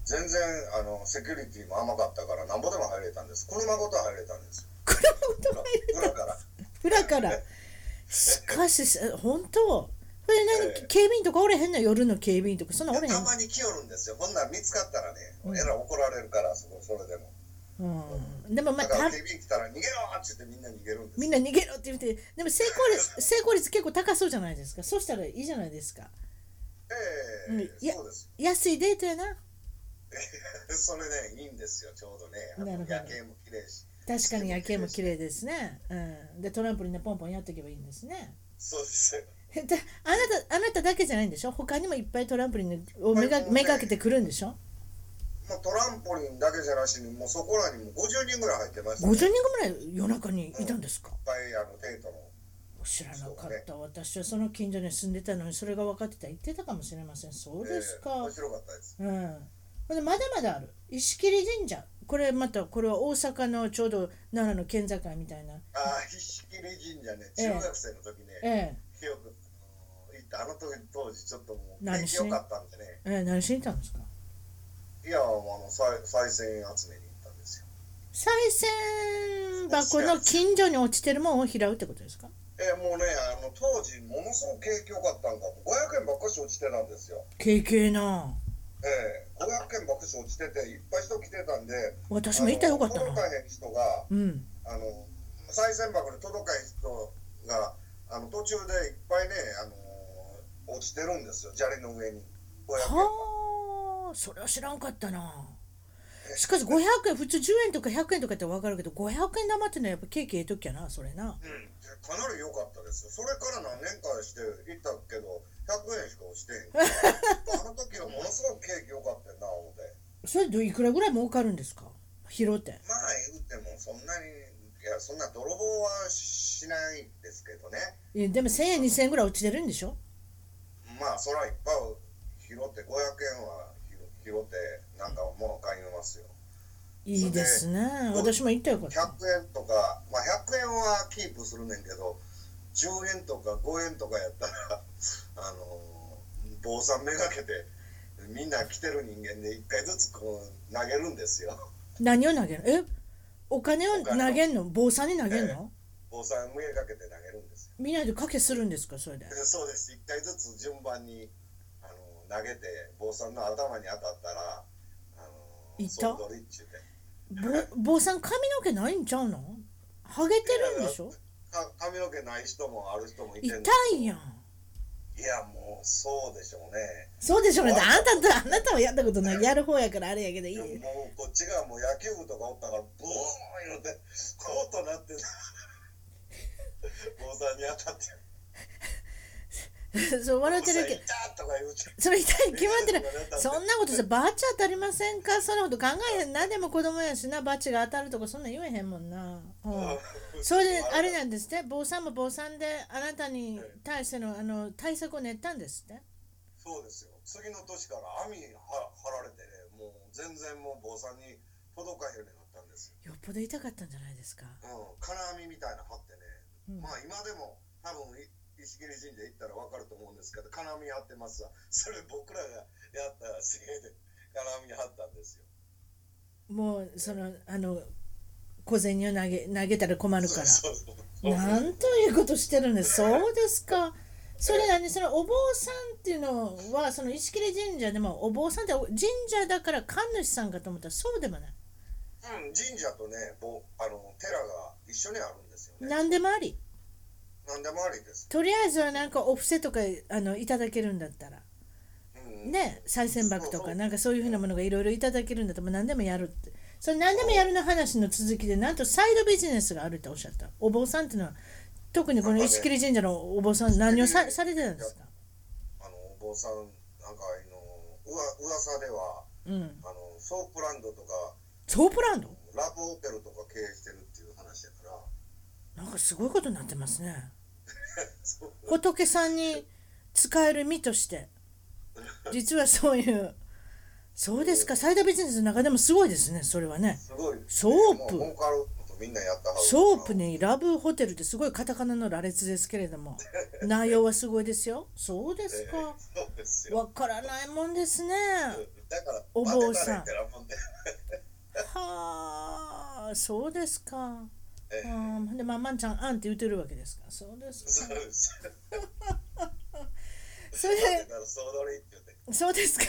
Speaker 2: 全然あのセキュリティも甘かったからなんぼでも入れたんです車ごと入れたんですよ
Speaker 1: (laughs) 車ごと
Speaker 2: 裏裏から
Speaker 1: 裏からしかしさ本当それ何、
Speaker 2: ええ
Speaker 1: 警備員とかおれへんの夜の警備員とかそんなおれへん
Speaker 2: た
Speaker 1: の
Speaker 2: まに来よるんですよこんなん見つかったらねえらい怒られるからそこそれでも
Speaker 1: うんでもまあ
Speaker 2: だから
Speaker 1: た
Speaker 2: 警備員来たら逃げろっつってみんな逃げるんです
Speaker 1: みんな逃げろって言ってでも成功率成功率結構高そうじゃないですかそしたらいいじゃないですか
Speaker 2: え
Speaker 1: うん
Speaker 2: え
Speaker 1: いや
Speaker 2: そうです (laughs)
Speaker 1: 安いデートやな
Speaker 2: それねいいんですよちょうどねあ
Speaker 1: なる
Speaker 2: の
Speaker 1: ほど
Speaker 2: 夜景も綺麗し
Speaker 1: 確かに夜景も綺麗ですね、うん、でトランポリンでポンポンやっていけばいいんですね
Speaker 2: そうですよ
Speaker 1: であなたあなただけじゃないんでしょ他にもいっぱいトランポリンをめが
Speaker 2: はい
Speaker 1: めがけてくるんでしょ
Speaker 2: もうトランポリンだけじゃなしにもうそこらにも50人ぐらい入ってました、
Speaker 1: 50
Speaker 2: ね、い
Speaker 1: 人
Speaker 2: っ
Speaker 1: ぐらい夜中にいたんですか
Speaker 2: ぱいあのデートの
Speaker 1: 知らなかった私はその近所に住んでたのにそれが分かってたら言ってたかもしれませんそうですか、
Speaker 2: ええ面白かったです
Speaker 1: うん、ほんでまだまだある石切神社これまたこれは大阪のちょうど奈良の県境みたいな
Speaker 2: ああ石切神社ね
Speaker 1: ええ
Speaker 2: 中学生の時ね、
Speaker 1: ええ
Speaker 2: よくあの行ったあの時当時ちょっともう
Speaker 1: 何
Speaker 2: 景気
Speaker 1: しに
Speaker 2: 良かったんでね
Speaker 1: ええ何しに行ったんですか
Speaker 2: いやもうあのさいさい銭集めに行ったんですよ
Speaker 1: 賽銭箱の近所に落ちてるもんを拾うってことですか
Speaker 2: ええもうねあの当時ものすごく景気良かったんか500円ばっかし落ちてたんですよ、
Speaker 1: 経験な
Speaker 2: ええ、500円ばっかし落ちてていっぱい人来てたんで
Speaker 1: 私も行ったらよかった
Speaker 2: あの
Speaker 1: な
Speaker 2: 届かへん人が
Speaker 1: うん
Speaker 2: あの賽銭箱に届かへん人があの途中でいっぱいねあの落ちてるんですよ砂利の上に500円
Speaker 1: はあそれは知らんかったなしかし500円普通10円とか100円とかって分かるけど500円玉ってのはやっぱケーキええ時やなそれな
Speaker 2: うん、かなり良かったですよ。それから何年かして行ったけど、100円しか落ちてへんからあの時はものすごく景気良かったよな、思って。
Speaker 1: それでいくらぐらい儲かるんですか拾って
Speaker 2: まあ言うてもそんなに、いや、そんな泥棒はしないですけどね。
Speaker 1: いやでも1000円2000円ぐらい落ちてるんでしょ
Speaker 2: まあ、そらいっぱい拾って、500円は拾拾って、なんか物買いますよ。
Speaker 1: いいですね私も行ったらよかっ
Speaker 2: 100
Speaker 1: た
Speaker 2: 円とか、まあ100円はキープするねんけど、10円とか5円とかやったら、 (laughs) あのー坊さんめがけて、みんな来てる人間で1回ずつこう投げるんですよ。 (laughs)
Speaker 1: 何を投げるえお金を投げんの坊さんに投げん
Speaker 2: え
Speaker 1: の
Speaker 2: 坊さんめがけて投げるんですよ。
Speaker 1: みんなで賭けするんですかそれで
Speaker 2: でそうです、1回ずつ順番に、あのー投げて、坊さんの頭に当たったら、あのー
Speaker 1: いた
Speaker 2: 総取りっちゅうて
Speaker 1: ぼ坊さん髪の毛ないんちゃうのハゲてるんでしょ
Speaker 2: か髪の毛ない人もある人もいて
Speaker 1: 痛
Speaker 2: る
Speaker 1: いやん
Speaker 2: いや、もうそうでしょうね。
Speaker 1: そうでしょうね。あなたとあなたはやったことない。やる方やからあれやけどいい。
Speaker 2: でももうこっちがもう野球部とかおったからブーン言うてこうとなって坊さんに当たって
Speaker 1: (laughs) そう笑ってるけ
Speaker 2: ど
Speaker 1: ど。
Speaker 2: とか言うて
Speaker 1: それ痛いに決ま (laughs) ってる。そんなことさ、バチ当たりませんかそんなこと考えへんな。でも子供やしな、バチが当たるとかそんなん言えへんもんな。うん、それであれなんですって、坊さんも坊さんであなたに対してのあの対策を練ったんですって。
Speaker 2: そうですよ次の年から網は張られてねもう全然もう坊さんに届かへんようになったんですよ、
Speaker 1: よっぽど痛かったんじゃないですか。
Speaker 2: うん、金網みたいなの張ってね、
Speaker 1: うん
Speaker 2: まあ今でも多分い石切神社行ったら分かると思うんですけど金網張ってますわそれ僕らがやったせいで金網張ったんですよ
Speaker 1: もうそのあの小銭を投げ投げたら困るから。
Speaker 2: そうそうそう
Speaker 1: なんということしてるんです。そうですか。それ何そのお坊さんっていうのはその石切神社でもお坊さんって神社だから神主さんかと思ったらそうでもない。
Speaker 2: うん、神社とね、ぼあの寺が一緒にあるんですよね。
Speaker 1: 何でもあり。
Speaker 2: なんでもありです。
Speaker 1: とりあえずはなんかお布施とかあのいただけるんだったら
Speaker 2: うん、
Speaker 1: ね賽銭箱と
Speaker 2: そうそ
Speaker 1: か
Speaker 2: う
Speaker 1: なんかそういうふうなものがいろいろいただけるんだったらもう何でもやるって。その何でもやるの話の続きでなんとサイドビジネスがあるっておっしゃった。お坊さんっていうのは特にこの石切神社のお坊さん何をさされてたんですか。
Speaker 2: あのお坊さんなんかあのうわ噂では
Speaker 1: うん。
Speaker 2: あのソープランドとか
Speaker 1: ソープランド。
Speaker 2: ラブホテルとか経営してるっていう話やから、
Speaker 1: なんかすごいことになってますね。
Speaker 2: (laughs) そう
Speaker 1: 仏さんに使える身として。実はそういう。そうですか。サイドビジネスの中でもすごいですね。それはね。
Speaker 2: すごい、
Speaker 1: ソープ
Speaker 2: もう儲かることみんなやったはず
Speaker 1: ソープにラブホテルってすごいカタカナの羅列ですけれど
Speaker 2: (laughs)
Speaker 1: も。内容はすごいですよ。そうです
Speaker 2: ええ
Speaker 1: か。
Speaker 2: そうですよ。
Speaker 1: わからないもんですね。
Speaker 2: だから
Speaker 1: お坊さん
Speaker 2: バテたらええからもんで、
Speaker 1: はあ、そうですか。
Speaker 2: え
Speaker 1: う
Speaker 2: え
Speaker 1: ん、ほんで、まあ、まんちゃん、あんって言ってるわけですから。そうです
Speaker 2: そ
Speaker 1: か
Speaker 2: う。です。
Speaker 1: (laughs) それ
Speaker 2: バ
Speaker 1: で
Speaker 2: テ。たら総取りって言って、
Speaker 1: そうです
Speaker 2: (laughs)
Speaker 1: か。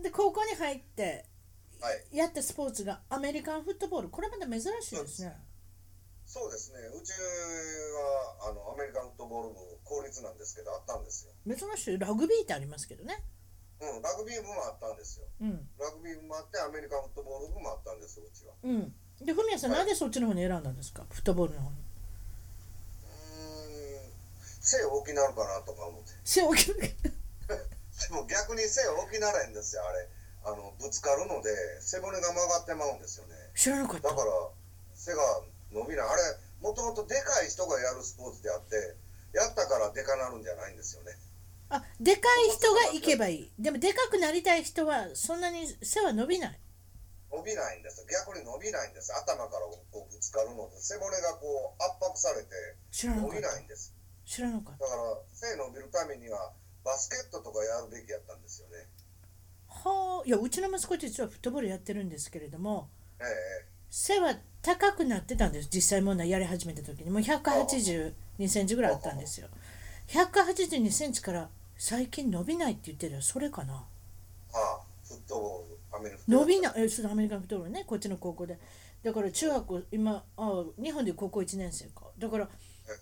Speaker 1: で高校に入って
Speaker 2: はい。
Speaker 1: やったスポーツがアメリカンフットボールこれまた珍しいですね。
Speaker 2: そうですね、うちはあのアメリカンフットボール部、公立なんですけど、あったんですよ。
Speaker 1: 珍しいラグビーってありますけどね。
Speaker 2: うん、ラグビー部もあったんですよ。
Speaker 1: うん
Speaker 2: ラグビー部もあって、アメリカンフットボール部もあったんですよ、うちは。
Speaker 1: うん。でフミヤさん、
Speaker 2: はい
Speaker 1: なんでそっちの方に選んだんですかフットボールの方に。
Speaker 2: うーん、背大きなるかなとか思って。
Speaker 1: 背大きい
Speaker 2: でも逆に背大きなれんですよ、あれ。あのぶつかるので、背骨が曲がってまうんですよね。
Speaker 1: 知らなかっ
Speaker 2: だ
Speaker 1: た
Speaker 2: か。ら、背が伸びない。あれ、もともとでかい人がやるスポーツであって、やったからでかなるんじゃないんですよね。
Speaker 1: あでかい人が行けばいい。でもでかくなりたい人はそんなに背は伸びない。
Speaker 2: 伸びないんです逆に伸びないんです頭からこうぶつかるので背骨がこう圧迫されて
Speaker 1: 知らな
Speaker 2: 伸
Speaker 1: かっ
Speaker 2: び
Speaker 1: た。
Speaker 2: ないんです
Speaker 1: 知らなかっ
Speaker 2: だから背伸びるためにはバスケットとかやるべきやったんですよね
Speaker 1: た。はあ。いやうちの息子実はフットボールやってるんですけれども。
Speaker 2: ええ
Speaker 1: 背は高くなってたんです実際問題やり始めた時にもう180 2センチぐらいあったんですよ182センチから最近伸びないって言ってるよそれかな
Speaker 2: はあ、フットボール、アメリカ。
Speaker 1: 伸びないいえそのアメリカンフットボールねこっちの高校でだから中学今あ日本で高校1年生かだから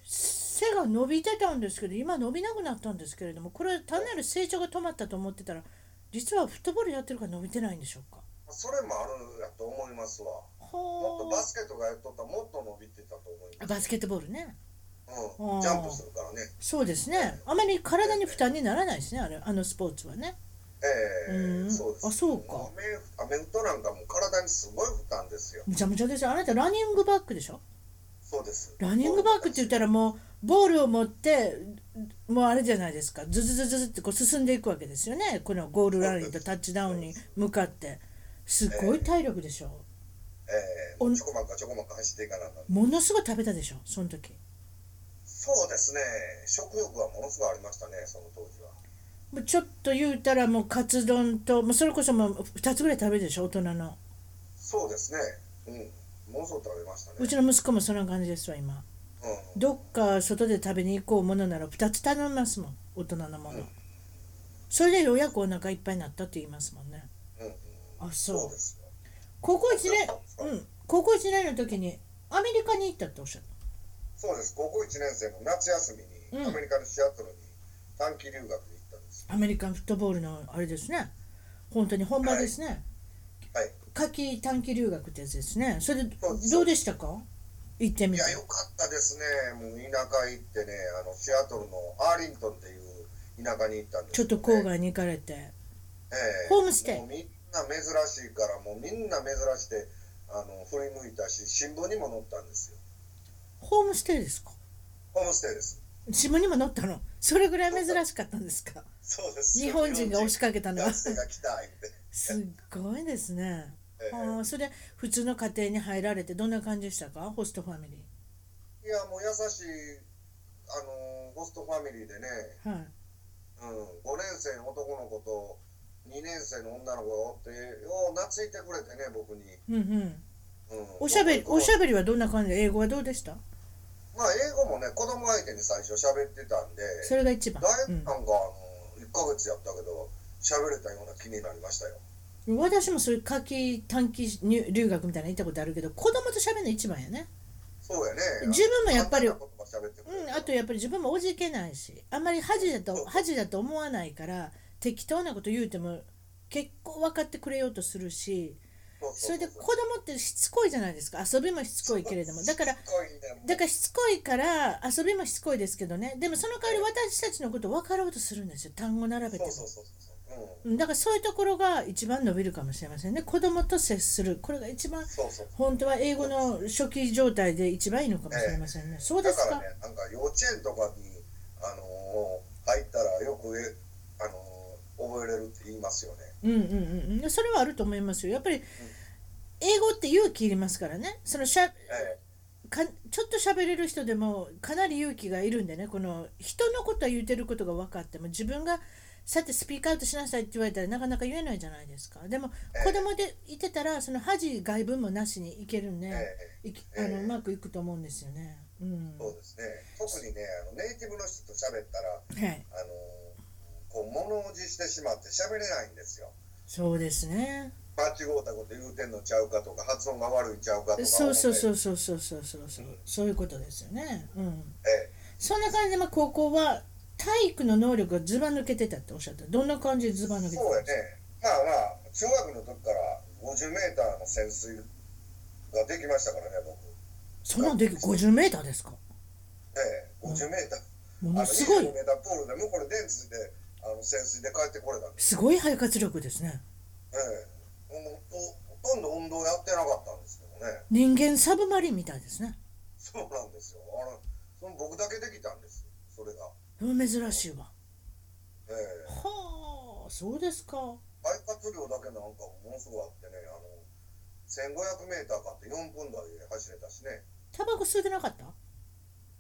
Speaker 1: 背が伸びてたんですけど今伸びなくなったんですけれどもこれは単なる成長が止まったと思ってたら実はフットボールやってるから伸びてないんでしょうか
Speaker 2: それもあるやと思いますわ。もっと
Speaker 1: ほ
Speaker 2: バスケとかやっとったらもっと伸びてたと思い
Speaker 1: ーバスケットボールね
Speaker 2: ます。
Speaker 1: あ
Speaker 2: う
Speaker 1: ー
Speaker 2: ん、ジャンプするからね。
Speaker 1: そうですねあまり体に負担にならないですねあれあのスポーツはね
Speaker 2: ええ
Speaker 1: うん
Speaker 2: そうです。
Speaker 1: あそうか
Speaker 2: もアメアメフトなんかもう体にすごい負担ですよ。
Speaker 1: むちゃむちゃですよあなたランニングバックでしょ
Speaker 2: そうです。
Speaker 1: ランニングバックって言ったらもうボールを持ってもうあれじゃないですかズズズズズってこう進んでいくわけですよねこのゴールラインとタッチダウンに向かってすごい体力でしょ
Speaker 2: え
Speaker 1: お
Speaker 2: えちょこまんかちょこまんか走っていかなあかん
Speaker 1: ものすごい食べたでしょその時
Speaker 2: そうですね。食欲はものすごいありましたね、その当時は。
Speaker 1: もうちょっと言うたらもうカツ丼ともうそれこそもう2つぐらい食べるでしょ大人の
Speaker 2: そうですね。うん。ものすごい食べましたね。
Speaker 1: うちの息子もそんな感じですわ今
Speaker 2: うん。
Speaker 1: どっか外で食べに行こうものなら2つ頼みますもん大人のものそれでようやくお腹いっぱいになったって言いますもんね
Speaker 2: うんうん。
Speaker 1: あそう
Speaker 2: そうですよ。
Speaker 1: 高校一年、うん、高校一年の時にアメリカに行ったっておっしゃっ
Speaker 2: そうです。高校1年生の夏休みに、
Speaker 1: うん
Speaker 2: アメリカのシアトルに短期留学で行ったんですよ。
Speaker 1: たアメリカンフットボールのあれですね本当に本場ですね
Speaker 2: はい。
Speaker 1: 夏季短期留学ってやつですねそれで
Speaker 2: そうです
Speaker 1: どうでしたか行ってみ
Speaker 2: い
Speaker 1: て
Speaker 2: や、よかったですね。もう田舎行ってね、あのシアトルのアーリントンっていう田舎に行ったんです
Speaker 1: ちょっ
Speaker 2: けど
Speaker 1: と
Speaker 2: ね
Speaker 1: 郊、外に行かれて
Speaker 2: ええ
Speaker 1: ホームステイ
Speaker 2: もうみんな珍しいから、もうみんな珍しくて、あの振り向いたし、新聞にも載ったんですよ。
Speaker 1: ホームステイですか
Speaker 2: ホームステイです。
Speaker 1: 自分にも載ったのそれぐらい珍しかったんですか
Speaker 2: そうです。
Speaker 1: 日本人が押しかけたのは
Speaker 2: 学生が来た言って。
Speaker 1: すっごいですね
Speaker 2: ええ
Speaker 1: ああそれで普通の家庭に入られてどんな感じでしたかホストファミリ
Speaker 2: いや、もう優しい、あのホストファミリーでね、
Speaker 1: ーはい
Speaker 2: うん、5年生の男の子と2年生の女の子がおって、よう懐いてくれてね、僕に。
Speaker 1: うんうん
Speaker 2: うん、
Speaker 1: おしゃべり
Speaker 2: 僕
Speaker 1: おしゃべりはどんな感じで英語はどうでした
Speaker 2: まあ、英語もね、子供相手に最初喋ってたんで、
Speaker 1: それが一番
Speaker 2: だいぶ
Speaker 1: うん
Speaker 2: なんか、あの1ヶ月やったけど、喋れたような気になりましたよ。
Speaker 1: 私もそういう夏季短期入留学みたいなの行ったことあるけど子供と喋るの一番やね
Speaker 2: そうやね。
Speaker 1: 自分もやっぱり
Speaker 2: あんなことも喋ってくれる
Speaker 1: うんあとやっぱり自分もおじけないしあんまり恥だと恥だと思わないから適当なこと言うても結構分かってくれようとするし
Speaker 2: そう
Speaker 1: それで子
Speaker 2: そう
Speaker 1: 供ってしつこいじゃないですか遊びもしつこいけれどもだから
Speaker 2: すっごいねもう
Speaker 1: だからしつこいから遊びもしつこいですけどねでもその代わり私たちのこと分かろうとするんですよ単語並べて
Speaker 2: そ
Speaker 1: も
Speaker 2: うそうそうそう。うん
Speaker 1: うんだからそういうところが一番伸びるかもしれませんね子供と接するこれが一番
Speaker 2: そうそう
Speaker 1: 本当は英語の初期状態で一番いいのかもしれませんね、そうで
Speaker 2: だ
Speaker 1: す
Speaker 2: から
Speaker 1: か
Speaker 2: ね、なんか幼稚園とかに、あのー入ったらよくえ、あのー覚えれるって言いますよね。
Speaker 1: うんうんうんうんそれはあると思いますよやっぱり英語って勇気いりますからねそのしゃ
Speaker 2: え
Speaker 1: かちょっと喋れる人でもかなり勇気がいるんでねこの人のことは言うてることが分かっても自分がさてスピーカーアウトしなさいって言われたらなかなか言えないじゃないですかでも
Speaker 2: ええ
Speaker 1: 子供でいてたらその恥外文もなしにいけるんで、
Speaker 2: え
Speaker 1: いきあの
Speaker 2: ええ
Speaker 1: うまくいくと思うんですよね。うん
Speaker 2: え、そうですね。特にね、あのネイティブの人と喋ったら、
Speaker 1: はい、
Speaker 2: あのこう物おじしてしまって喋れないんですよ。
Speaker 1: そうですね。
Speaker 2: 間違うたこと言うてんのちゃうかとか発音が悪いんちゃうかとか、
Speaker 1: そうそうそううそうそうそうそうそうそういうことですよね。うん。
Speaker 2: え
Speaker 1: そんな感じでまあ高校は体育の能力がずば抜けてたっておっしゃった。どんな感じでずば抜
Speaker 2: え、
Speaker 1: けて
Speaker 2: そう
Speaker 1: た
Speaker 2: や
Speaker 1: んで
Speaker 2: ね
Speaker 1: すか。
Speaker 2: まあまあ中学の時から50メーターの潜水ができましたからね僕、
Speaker 1: そんなんで五十メーターですか。
Speaker 2: ええ、50メーター、
Speaker 1: も
Speaker 2: あの
Speaker 1: のすごい
Speaker 2: 25メータープールで向こうで電池であの潜水で帰ってこれたんです、
Speaker 1: すごい肺活力ですね。
Speaker 2: ええ、もうほとんど運動やってなかったんですけどね
Speaker 1: 人間サブマリンみたいですね。
Speaker 2: そうなんですよあのその僕だけできたんですそれが、
Speaker 1: うん珍しいわ。
Speaker 2: ええ、
Speaker 1: はあ、そうですか。
Speaker 2: 肺活量だけなんかものすごいあってね、あの、1500メーターかって4分台で走れたしね。
Speaker 1: タバコ吸ってなかった？
Speaker 2: い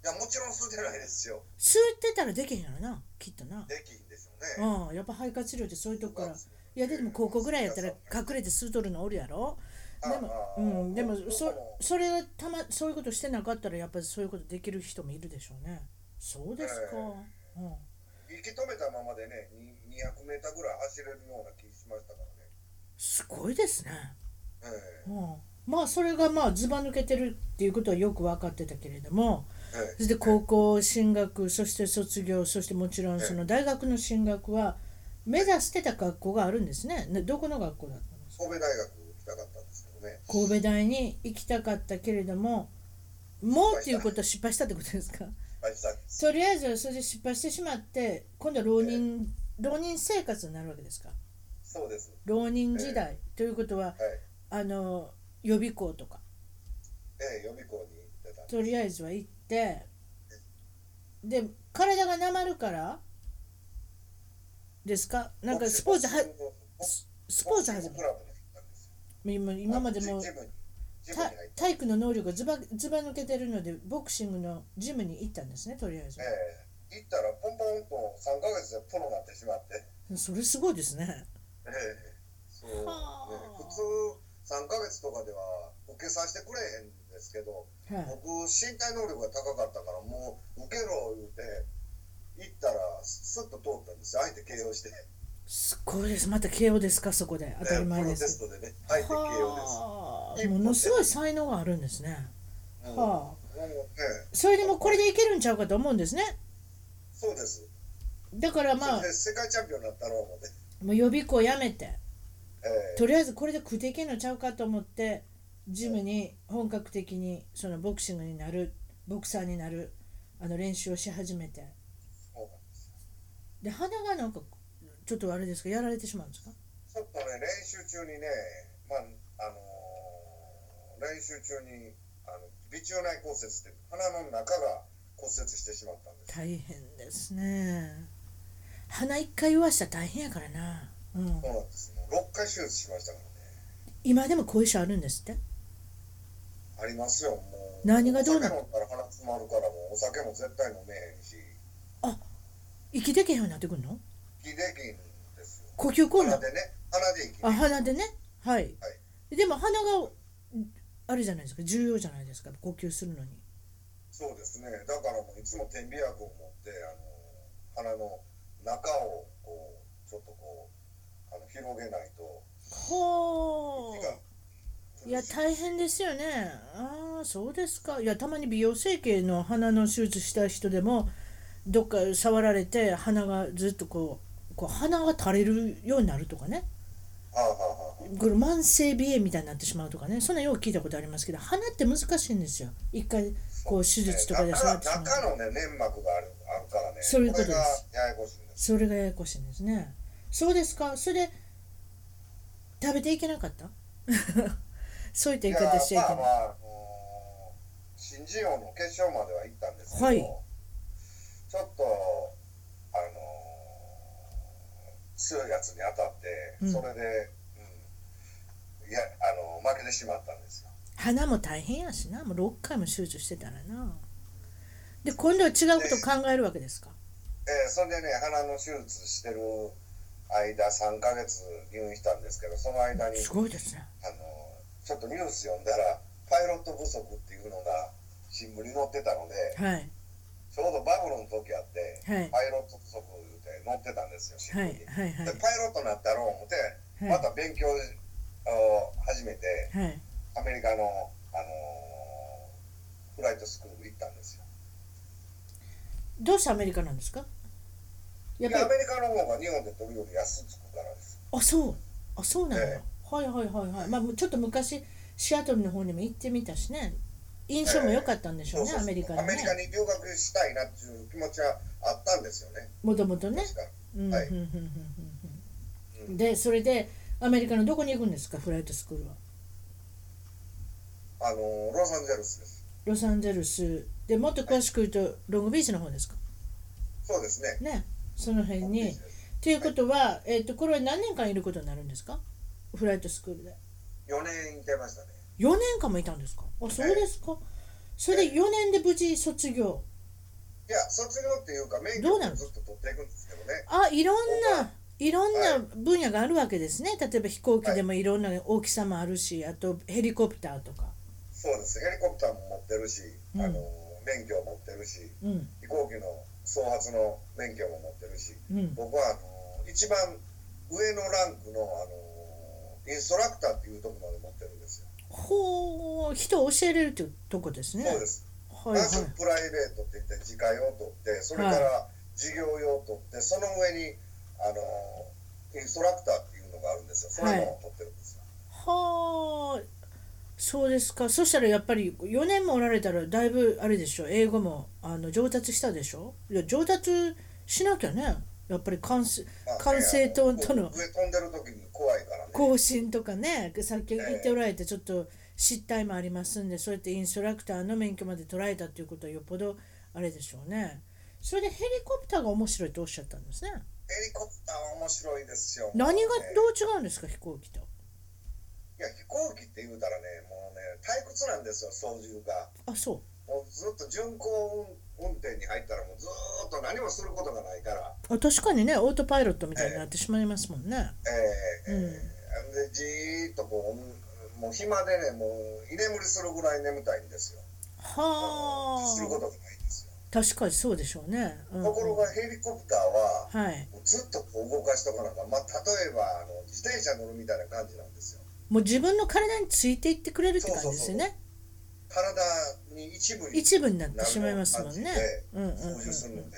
Speaker 2: や、もちろん吸ってないですよ。
Speaker 1: 吸ってたらできへんやろな。きっとな。
Speaker 2: できんですよね。
Speaker 1: ああやっぱ肺活量ってそういうとこから
Speaker 2: そうなんですよ
Speaker 1: いやでも高校ぐらいやったら隠れて吸うとるのおるやろでも、うん、でもそそれはたまそういうことしてなかったらやっぱりそういうことできる人もいるでしょうねそうですか、
Speaker 2: え
Speaker 1: うん、
Speaker 2: 引き止めたままでねに200メーターぐらい走れるような気しましたから
Speaker 1: すごいですね、
Speaker 2: ね、
Speaker 1: う
Speaker 2: え
Speaker 1: ん、まあそれがまあずば抜けてるっていうことはよく分かってたけれども
Speaker 2: え
Speaker 1: そして高校進学そして卒業そしてもちろんその大学の進学は目指してた学校があるんですねねどこの学校だったんですか
Speaker 2: 神戸大学行きたかったんですけどね
Speaker 1: 神戸大に行きたかったけれどももうっていうことは失敗したってことですか
Speaker 2: 大したんです
Speaker 1: とりあえずそれで失敗してしまって今度は浪人、浪人生活になるわけですか
Speaker 2: そうです
Speaker 1: 浪人時代、ということは
Speaker 2: はい
Speaker 1: あの予備校とか
Speaker 2: ええ予備校に行ってたんで
Speaker 1: とりあえずは行ってで体がなまるからですかなんかスポーツはススポーツ
Speaker 2: ボク
Speaker 1: 始
Speaker 2: シン
Speaker 1: め
Speaker 2: グクラブに行ったんですよ
Speaker 1: 今今までも
Speaker 2: ジジムにジ
Speaker 1: た
Speaker 2: ムに入った
Speaker 1: 体育の能力がずばずば抜けてるのでボクシングのジムに行ったんですねとりあえず、
Speaker 2: ええ行ったらポンポンと3ヶ月でプロになってしまって
Speaker 1: それすごいですね
Speaker 2: ええそう、ね
Speaker 1: はあ、
Speaker 2: 普通3ヶ月とかでは受けさせてくれへんですけど
Speaker 1: はい
Speaker 2: 僕身体能力が高かったからもう受けろ言うて行ったらスッと通ったんですよあえて形容して、ね、
Speaker 1: すごいですまた慶応ですかそこで当たり前
Speaker 2: プロ
Speaker 1: で
Speaker 2: テ
Speaker 1: す
Speaker 2: ストでねあえて形容です、
Speaker 1: は
Speaker 2: す
Speaker 1: あものすごい才能があるんですね、
Speaker 2: うんも
Speaker 1: はあ
Speaker 2: うね
Speaker 1: それでもうこれでいけるんちゃうかと思うんですね
Speaker 2: そうです、
Speaker 1: だからまあ
Speaker 2: それで世界チャンピオンになったろうもね、
Speaker 1: もう予備校やめて
Speaker 2: ええ
Speaker 1: とりあえずこれで食っていけんのちゃうかと思ってジムに本格的にそのボクシングになるボクサーになるあの練習をし始めて
Speaker 2: そうなんです
Speaker 1: で鼻がなんかちょっとあれですかやられてしまうんですか
Speaker 2: ちょっとね練習中にねまああのー練習中にあの微中内骨折って鼻の中が骨折してしまったんです
Speaker 1: 大変ですね鼻一回言わしたら大変やからな、うん、
Speaker 2: そうなんですもう6回手術しましたからね
Speaker 1: 今でも後遺症あるんですって
Speaker 2: ありますよ、もう。
Speaker 1: 何がどうな
Speaker 2: お酒飲んだら鼻詰まるから、もうお酒も絶対飲めへんし、
Speaker 1: 息できへんようになってくるの
Speaker 2: 気できんですよ。
Speaker 1: 呼吸困
Speaker 2: 鼻
Speaker 1: 難
Speaker 2: でね、鼻で息。
Speaker 1: あ鼻でねはい、でも鼻があれじゃないですか重要じゃないですか呼吸するのに
Speaker 2: そうですね。だからもういつも点鼻薬を持って、あの、鼻の中を、こう、ちょっとこう、あの広げないと、
Speaker 1: ほ
Speaker 2: 息が
Speaker 1: ういや大変ですよねああそうですかいやたまに美容整形の鼻の手術した人でもどっか触られて鼻がずっとこうこう鼻が垂れるようになるとかね
Speaker 2: はあはあはあ。
Speaker 1: これ慢性鼻炎みたいになってしまうとかねそんなよう聞いたことありますけど鼻って難しいんですよ一回こう手術とかで触ってしまう
Speaker 2: 中中のね、粘膜があるあるからね。
Speaker 1: そういうことです
Speaker 2: これがややこしいんです。
Speaker 1: それがややこしいんですねそうですかそれで食べていけなかった (laughs) そういった言い方しちゃいけ
Speaker 2: や
Speaker 1: ない
Speaker 2: まあまあ、もう新人王の決勝までは行ったんですけど、
Speaker 1: はい
Speaker 2: ちょっと、あのー強いやつに当たって、
Speaker 1: うん
Speaker 2: それで、うんいや、あの負けてしまったんですよ。
Speaker 1: 鼻も大変やしなもう6回も手術してたらなで今度は違うことを考えるわけですか
Speaker 2: えーそれでね、鼻の手術してる間、3ヶ月入院したんですけど、その間に、
Speaker 1: すごいですね
Speaker 2: あのーちょっとニュース読んだら、パイロット不足っていうのが新聞に載ってたので、
Speaker 1: はい
Speaker 2: ちょうどバブルの時あって、
Speaker 1: はい
Speaker 2: パイロット不足で乗ってたんですよ、新
Speaker 1: は
Speaker 2: 聞
Speaker 1: い
Speaker 2: に
Speaker 1: はいはい
Speaker 2: でパイロットになったろう思っ
Speaker 1: はい
Speaker 2: て、また勉強を始めて、
Speaker 1: はい
Speaker 2: アメリカの、あのーフライトスクール行ったんですよ。
Speaker 1: どうしてアメリカなんですかやっ
Speaker 2: でア
Speaker 1: ぱり
Speaker 2: メリカの方が日本で取るより安くつくからです。
Speaker 1: あそうあそうなんだ、
Speaker 2: え
Speaker 1: はいはいはいはいまあちょっと昔シアトルの方にも行ってみたしね印象も良かったんでしょうね、
Speaker 2: そうそうそう
Speaker 1: アメリカ
Speaker 2: ア
Speaker 1: の
Speaker 2: メリカ
Speaker 1: ね
Speaker 2: に留学したいなっていう気持ちはあったんですよね。
Speaker 1: もともとね
Speaker 2: 確か
Speaker 1: うん
Speaker 2: はい
Speaker 1: うんうんうんうんう
Speaker 2: うんん
Speaker 1: でそれでアメリカのどこに行くんですかフライトスクールは
Speaker 2: あのーロサンゼルスです。
Speaker 1: ロサンゼルスでもっと詳しく言うとロングビーチの方ですか
Speaker 2: そうですね。
Speaker 1: ねその辺にということは、えっとこれは何年間いることになるんですかフライトスクールで
Speaker 2: 4年行ってましたね。
Speaker 1: 4年間もいたんですかあそうですかそれで4年で無事卒業
Speaker 2: いや、卒業っていうか、免
Speaker 1: ど
Speaker 2: 許
Speaker 1: うな
Speaker 2: を
Speaker 1: の
Speaker 2: ずっと取っていくんですけどね。
Speaker 1: あいろんないろん
Speaker 2: は
Speaker 1: ない分野があるわけですね。例えば飛行機でもいろんな大きさもあるし、あとヘリコプターとか。
Speaker 2: そうですヘリコプターも持ってるし、
Speaker 1: うん
Speaker 2: あの免許を持ってるし
Speaker 1: うん
Speaker 2: 飛行機の総発の免許も持ってるし
Speaker 1: うん
Speaker 2: 僕はあの一番上のランクのあのインストラクターっていうところまで持ってるんですよ、
Speaker 1: ほう人を教えれるというとこですね。
Speaker 2: そうです
Speaker 1: はいは
Speaker 2: まずプライベートって言って自家用取ってそれから事業用取ってその上にあのインストラクターっていうのがあるんですよそれも取ってるんですよ、
Speaker 1: い。はあそうですか。そしたらやっぱり4年もおられたらだいぶあれでしょ英語もあの上達したでしょいや上達しなきゃねやっぱり完成
Speaker 2: まあ
Speaker 1: 管制塔との
Speaker 2: ねあ上飛んでる時に怖いからね
Speaker 1: 更新とかねさっき言っておられてちょっと失態もありますんでそうやってインストラクターの免許まで取られたということはよっぽどあれでしょうねそれでヘリコプターが面白いとおっしゃったんですね
Speaker 2: ヘリコプターは面白いですよ
Speaker 1: 何が
Speaker 2: もうね
Speaker 1: どう違うんですか飛行機と
Speaker 2: いや飛行機って言うたらねもうね退屈なんですよ操縦が
Speaker 1: あそ
Speaker 2: もうずっと巡航運転に入ったらもうずーっと何もすることがないから、
Speaker 1: うあ確かにねオートパイロットみたいになってしまいますもんね
Speaker 2: えー
Speaker 1: うん
Speaker 2: えーでじーっとこうもう暇でねもう居眠りするぐらい眠たいんですよ
Speaker 1: はあ
Speaker 2: することがないんですよ
Speaker 1: 確かにそうでしょうね、うん、
Speaker 2: ところがヘリコプターは
Speaker 1: はい
Speaker 2: もうずっとこう動かしとかなんか、まあ、例えばあの自転車乗るみたいな感じなんですよ
Speaker 1: もう自分の体についていってくれるって感じですよね
Speaker 2: 体に一部に
Speaker 1: 一部になってしまいますもんねうんうんうん
Speaker 2: 操縦する
Speaker 1: うん
Speaker 2: ので、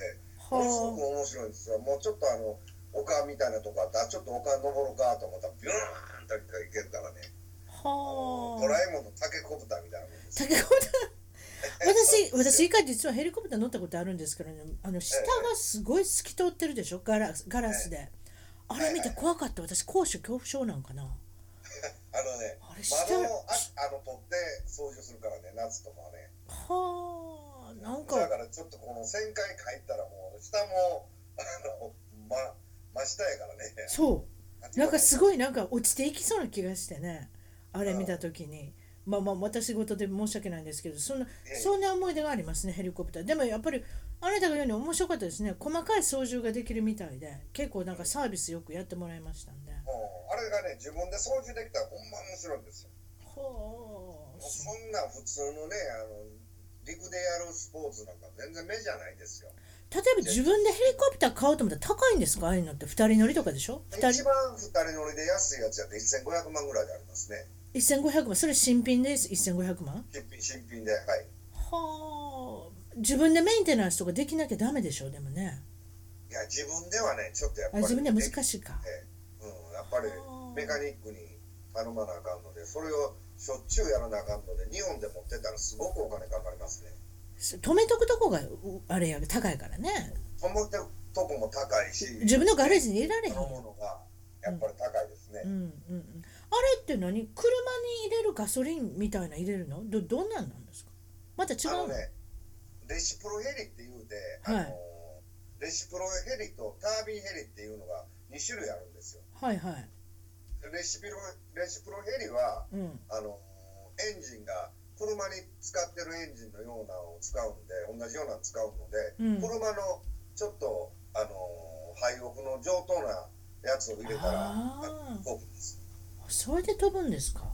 Speaker 2: これすごく面白いんですよ。もうちょっとあの丘みたいなとこあったらちょっと丘登ろうかと思ったらビューンと行けるからね。
Speaker 1: はあ
Speaker 2: ドラえもんのタケコプターみたいなもんですよ。
Speaker 1: 竹子さん私私一回実はヘリコプター乗ったことあるんですけどねあの下がすごい透き通ってるでしょガラガラスであれ見て怖かった私高所恐怖症なんかな
Speaker 2: あのね、
Speaker 1: あれ下
Speaker 2: 窓をああの取って操縦するからね、夏とかはね。
Speaker 1: はあなん
Speaker 2: だ
Speaker 1: か
Speaker 2: からちょっとこの旋回帰ったらもう下もあの、ま、真下や (laughs) からね。
Speaker 1: そうなんかすごいなんか落ちていきそうな気がしてねあれ見た時にまあまあ私事で申し訳ないんですけどそんな
Speaker 2: ええ
Speaker 1: そんな思い出がありますねヘリコプターでもやっぱりあなたが言うように面白かったですね細かい操縦ができるみたいで結構なんかサービスよくやってもらいましたんで
Speaker 2: もうあれがね、自分で操縦できたらほんま面白いんですよ。
Speaker 1: ほう
Speaker 2: そんな普通のね、あの陸でやるスポーツなんか全然目じゃないですよ。
Speaker 1: 例えば自分でヘリコプター買おうと思ったら高いんですかああいうのって2人乗りとかでしょ
Speaker 2: 一
Speaker 1: 2
Speaker 2: 番二
Speaker 1: 人
Speaker 2: 人乗りで安いやつやって1500万ぐらいでありますね。
Speaker 1: 1500万それ新品です1500万
Speaker 2: 新品新品で、はい。
Speaker 1: はあ自分でメンテナンスとかできなきゃダメでしょでもね
Speaker 2: いや、自分ではね、ちょっとやっ
Speaker 1: あ
Speaker 2: ぱり、
Speaker 1: 自分では難
Speaker 2: い。
Speaker 1: しいか
Speaker 2: うん、やっぱりメカニックに頼まなあかんので、それをしょっちゅうやらなあかんので、日本で持ってたらすごくお金かかりますね。
Speaker 1: 止めとくとこがうあれや高いからね
Speaker 2: 泊まってるとこも高いし、
Speaker 1: 自分のガレージに入れられへん
Speaker 2: そ
Speaker 1: やん
Speaker 2: のものがやっぱり高いですね。
Speaker 1: うんうんうんあれって何車に入れるガソリンみたいな入れるのどどんなんなんですかまた違
Speaker 2: あ
Speaker 1: うの
Speaker 2: のね、レシプロヘリっていうで、
Speaker 1: はい
Speaker 2: あのレシプロヘリとタービンヘリっていうのが2種類あるんですよ。
Speaker 1: はいはい
Speaker 2: レシピロレシプロヘリは
Speaker 1: うん
Speaker 2: あのエンジンが車に使ってるエンジンのようなのを使うんで同じようなの使うの
Speaker 1: うん
Speaker 2: で、車のちょっとあの廃屋の上等なやつを入れたら
Speaker 1: あー
Speaker 2: 飛ぶんです
Speaker 1: それで飛ぶんですか。は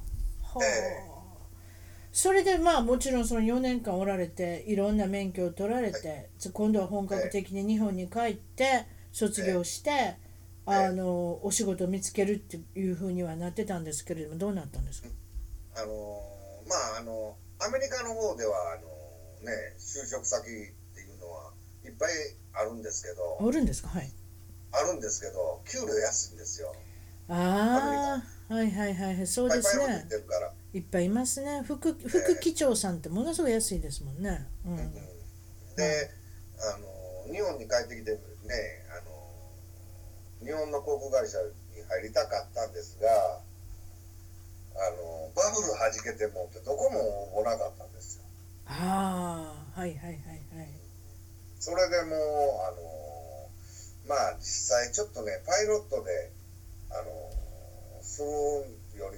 Speaker 1: あ。
Speaker 2: え
Speaker 1: それでまあもちろんその4年間おられていろんな免許を取られて、つ今度は本格的に日本に帰って卒業して、あのお仕事を見つけるっていうふうにはなってたんですけれどもどうなったんですか
Speaker 2: あのまああのアメリカの方ではあのね就職先っていうのはいっぱいあるんですけど
Speaker 1: おるんですかはい
Speaker 2: あるんですけど給料安いんですよ。
Speaker 1: ああはいはいはいはいそう
Speaker 2: パ
Speaker 1: で
Speaker 2: イパイ
Speaker 1: す
Speaker 2: ロ行っ
Speaker 1: ね
Speaker 2: てるから。
Speaker 1: いっぱいいますね副副機長さんってものすごい安いですもんね、うん
Speaker 2: で、あの日本に帰ってきてねあの日本の航空会社に入りたかったんですがあのバブルはじけてもってどこも応募なかったんですよ
Speaker 1: ああはいはいはいはい
Speaker 2: それでもうあのまあ実際ちょっとねパイロットであのするより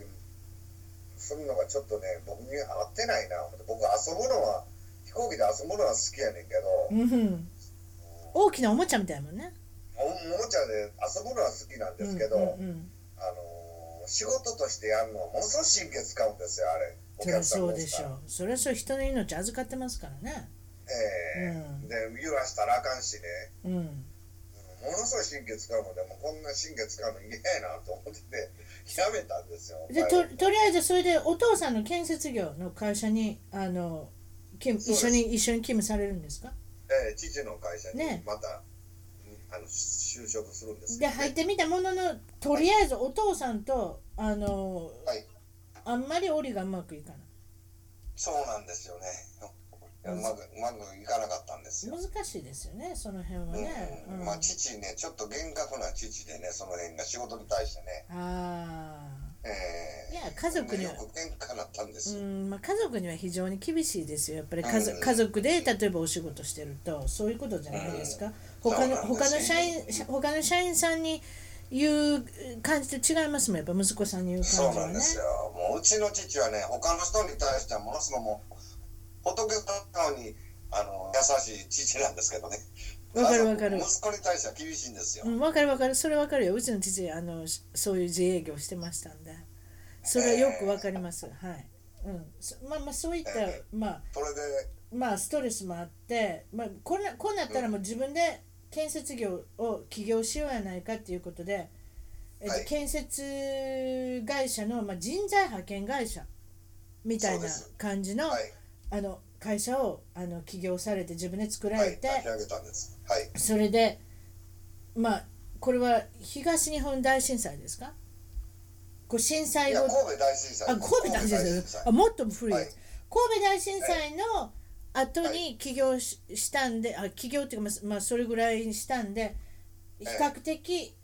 Speaker 2: するのがちょっとね僕に合ってないな思って僕遊ぶのは飛行機で遊ぶのは好きやねんけど、
Speaker 1: うん大きなおもちゃみたいなもんね
Speaker 2: おもちゃで遊ぶのは好きなんですけど、
Speaker 1: うんうんうん
Speaker 2: あのー仕事としてやるのはものすごい神経使うんですよあれお
Speaker 1: そりゃ
Speaker 2: 客さん
Speaker 1: そう
Speaker 2: で
Speaker 1: でし
Speaker 2: す
Speaker 1: ょ
Speaker 2: から
Speaker 1: うそりゃそう人の命預かってますからね
Speaker 2: ええ
Speaker 1: うん
Speaker 2: で揺らしたらあかんしね
Speaker 1: うん
Speaker 2: ものすごい神経使うのでもうこんな神経使うの嫌やなと思っててやめたんですよ
Speaker 1: で
Speaker 2: 前
Speaker 1: ととりあえずそれでお父さんの建設業の会社にあの勤
Speaker 2: そう
Speaker 1: 一
Speaker 2: です
Speaker 1: 緒に一緒に勤務されるんですか
Speaker 2: ええ父の会社に
Speaker 1: ね
Speaker 2: また、あの就職するんですけ
Speaker 1: で
Speaker 2: どね、
Speaker 1: 入ってみたもののとりあえずお父さんとあの
Speaker 2: はい
Speaker 1: あんまり折りがうまくいかない
Speaker 2: そうなんですよねいやうまくうまくいかなかったんですよ
Speaker 1: 難しいですよねその辺はね、
Speaker 2: う
Speaker 1: うんん
Speaker 2: まあ父ねちょっと厳格な父でねその辺が仕事に対してね、
Speaker 1: あ
Speaker 2: え
Speaker 1: い
Speaker 2: え
Speaker 1: や家族には
Speaker 2: よく喧嘩になったんで
Speaker 1: ー
Speaker 2: す
Speaker 1: う
Speaker 2: よ、
Speaker 1: んまあ、家族には非常に厳しいですよ、やっぱり家族,、
Speaker 2: うん
Speaker 1: 家族で例えばお仕事してると、そういうことじゃないですか、他の
Speaker 2: そうなんで
Speaker 1: 他の
Speaker 2: す
Speaker 1: 社
Speaker 2: よ
Speaker 1: 員他の社員さんに言う感じと違いますもん、やっぱ息子さんに言う
Speaker 2: そ
Speaker 1: 感
Speaker 2: う
Speaker 1: じ
Speaker 2: な
Speaker 1: は
Speaker 2: ん
Speaker 1: ね
Speaker 2: で。すよもううちの父はね他の人に対してはものすごくもう仏のようにあの優しい父なんですけどね
Speaker 1: わかるわかる
Speaker 2: 家族息子に対しては厳しいんですよ、
Speaker 1: うん、わかるわかる、それわかるよ、うちの父あの、しそういう自営業してましたんで、それはよくわかります、はい。うん、そまあまあ、そういった、まあ、
Speaker 2: それで
Speaker 1: まあストレスもあって、まあ、こんなこうなったらもう自分で建設業を起業しようやないかっていうことで、えっと
Speaker 2: はい
Speaker 1: 建設会社の、まあ、人材派遣会社みたい
Speaker 2: そう
Speaker 1: な
Speaker 2: です
Speaker 1: 感じの,、
Speaker 2: はい
Speaker 1: あの会社をあの起業されて自分で作ら
Speaker 2: はい
Speaker 1: れ
Speaker 2: 立
Speaker 1: て、
Speaker 2: ち上げたんですはい
Speaker 1: それでまあこれは東日本大震災ですかこう震
Speaker 2: い
Speaker 1: 災
Speaker 2: や
Speaker 1: 後
Speaker 2: 神戸大震災
Speaker 1: あ神戸大震災
Speaker 2: 神戸大
Speaker 1: あもっと古いやつ、
Speaker 2: はい
Speaker 1: 神戸大震災の後
Speaker 2: は
Speaker 1: に起業ししたんであ起業っていうか、まあまあ、それぐらいにしたんで比較的、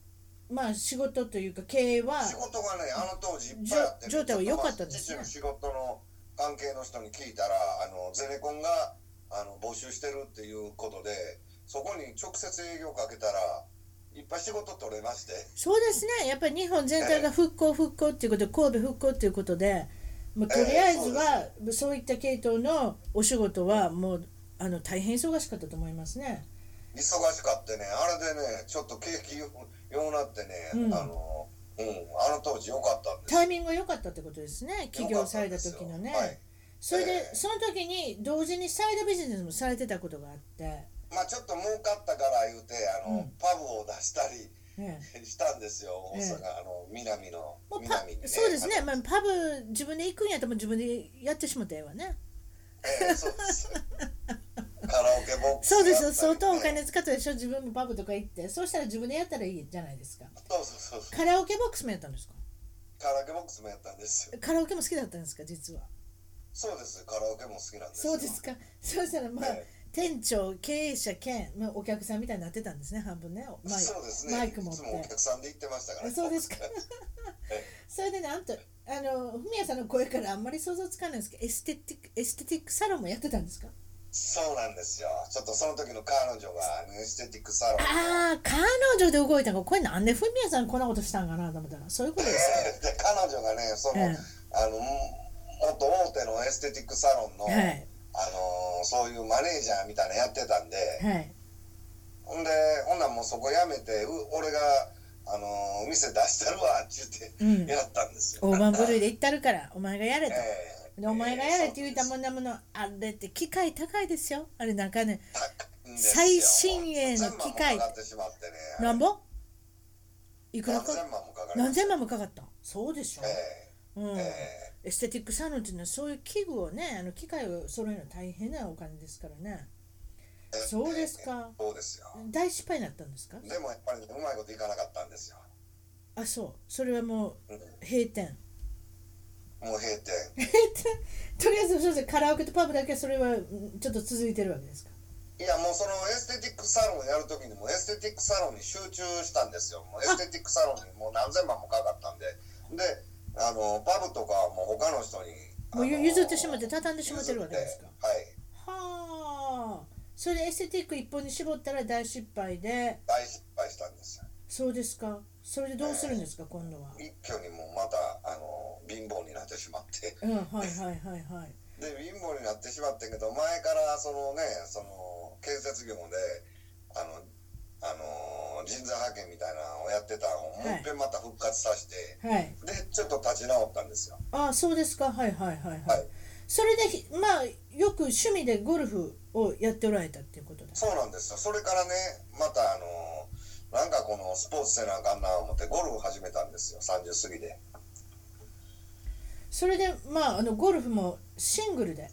Speaker 1: まあ仕事というか経営は
Speaker 2: 仕事がねあの当時いっ
Speaker 1: じ
Speaker 2: ぱ
Speaker 1: ょ
Speaker 2: いあって
Speaker 1: 状態は良かったんですね
Speaker 2: ね父の仕事の関係の人に聞いたらあのゼネコンがあの募集してるっていうことでそこに直接営業かけたらいっぱい仕事取れまして
Speaker 1: そうですねやっぱり日本全体が復興復興っていうことで神戸復興っていうことで、まあ、とりあえずはそういった系統のお仕事はもうあの大変忙しかったと思いますね。
Speaker 2: 忙しかってねあれでねちょっと景気よようなってね、
Speaker 1: うん
Speaker 2: あのうんあの当時良かったんです
Speaker 1: タイミングが良かったってことですね起業された時のね。
Speaker 2: 良かったんです
Speaker 1: そ
Speaker 2: よ
Speaker 1: れ
Speaker 2: え
Speaker 1: で
Speaker 2: え
Speaker 1: その時に同時にサイドビジネスもされてたことがあって、
Speaker 2: はいまあちょっと儲かったから言うてあの、
Speaker 1: うん
Speaker 2: パブを出したり (laughs)
Speaker 1: ね
Speaker 2: したんですよ大阪、
Speaker 1: え
Speaker 2: あの南の
Speaker 1: もうパ
Speaker 2: 南に、ね、
Speaker 1: そうです
Speaker 2: あ
Speaker 1: ね、
Speaker 2: の
Speaker 1: まあ、パブ自分で行くんやったらもう自分でやってしまったわね
Speaker 2: ええそうです。カラオケボックス
Speaker 1: そうですよ
Speaker 2: だ
Speaker 1: 相
Speaker 2: った
Speaker 1: 当
Speaker 2: り
Speaker 1: お金使ったでしょ自分もパブとか行ってそうしたら自分でやったらいいじゃないですか
Speaker 2: そうそうそう。
Speaker 1: カラオケボックスもやったんですか
Speaker 2: カラオケボックスもやったんですよ。
Speaker 1: カラオケも好きだったんですか実は
Speaker 2: そうです。カラオケも好きなんですよ。
Speaker 1: そうですかそうしたらまあ、
Speaker 2: え
Speaker 1: 店長経営者兼、まあ、お客さんみたいになってたんですね半分ねマイ
Speaker 2: そうですね。
Speaker 1: マイク持っ
Speaker 2: い
Speaker 1: て
Speaker 2: つもお客さんで行ってましたから。
Speaker 1: あそうですか
Speaker 2: え
Speaker 1: (laughs) それでなんとあのフミヤさんの声からあんまり想像つかないんですけどエステティックエステティックサロンもやってたんですか
Speaker 2: そうなんですよ。ちょっとその時の彼女があのエステティックサロン。
Speaker 1: ああ彼女で動いたのこれなんでフミヤさんこんなことしたんかなと思ったらそういうことです
Speaker 2: で彼女がね、その、
Speaker 1: ええ
Speaker 2: あの元大手のエステティックサロンの、
Speaker 1: か (laughs) はい
Speaker 2: あのそういうマネージャーみたいなのやってたんで。
Speaker 1: はい
Speaker 2: ほんで、ほんなんもうそこやめて、う俺が、あのー店出したるわって言って、
Speaker 1: うん
Speaker 2: やったんですよ。
Speaker 1: 大盤振るいで行ったるからお前がやれと、
Speaker 2: ええ
Speaker 1: でお前がやれって言うたも
Speaker 2: ん
Speaker 1: んなものあれって機械高いですよあれなんかね最新
Speaker 2: 最新
Speaker 1: 鋭
Speaker 2: 鋭
Speaker 1: の
Speaker 2: の
Speaker 1: 機
Speaker 2: 機
Speaker 1: 械
Speaker 2: 械。全部上がってしまってね
Speaker 1: なんぼいくら
Speaker 2: 何
Speaker 1: か
Speaker 2: 千万もかかりま
Speaker 1: 何
Speaker 2: した
Speaker 1: 千万もかかったそうでしょ、
Speaker 2: え
Speaker 1: う
Speaker 2: え
Speaker 1: ん、
Speaker 2: え
Speaker 1: エステティックサロンっていうのはそういう器具をねあの機械を揃えるの大変なお金ですからね
Speaker 2: え
Speaker 1: そうですか
Speaker 2: そうですよ。
Speaker 1: 大失敗になったんですか
Speaker 2: でもやっぱりね、うまいこといかなかったんですよ。
Speaker 1: あそうそれはも
Speaker 2: うん
Speaker 1: う閉店
Speaker 2: もう閉店。
Speaker 1: とりあえずそうですカラオケとパブだけそれはうんちょっと続いてるわけですか
Speaker 2: いやもうそのエステティックサロンをやるときにもエステティックサロンに集中したんですよもうエステティックサロンにもう何千万もかかったんでであのパブとかはもう他の人に
Speaker 1: もう
Speaker 2: あの
Speaker 1: 譲ってしまって畳んでしまってるわけですか
Speaker 2: 譲っ
Speaker 1: は
Speaker 2: て
Speaker 1: あそれでエステティック一本に絞ったら大失敗で
Speaker 2: はい大失敗したんですよ
Speaker 1: そうですかそれでどうするんですか今度は
Speaker 2: 一挙にもうまたあの貧乏になってしまって
Speaker 1: うんはいはいはいはい
Speaker 2: で貧乏になってしまってんけど前からそのねその建設業であのあの人材派遣みたいなのをやってたのをも
Speaker 1: はいう
Speaker 2: 一遍また復活させて、
Speaker 1: はい
Speaker 2: でちょっと立ち直ったんですよ
Speaker 1: ああそうですかはいはいはいはい、
Speaker 2: はい
Speaker 1: それでひまあよく趣味でゴルフをやっておられたっていうことです
Speaker 2: そうなんですよそれからねまたあのなんかこのスポーツせなあかんな思ってゴルフ始めたんですよ30過ぎで
Speaker 1: それでまああのゴルフもシングルで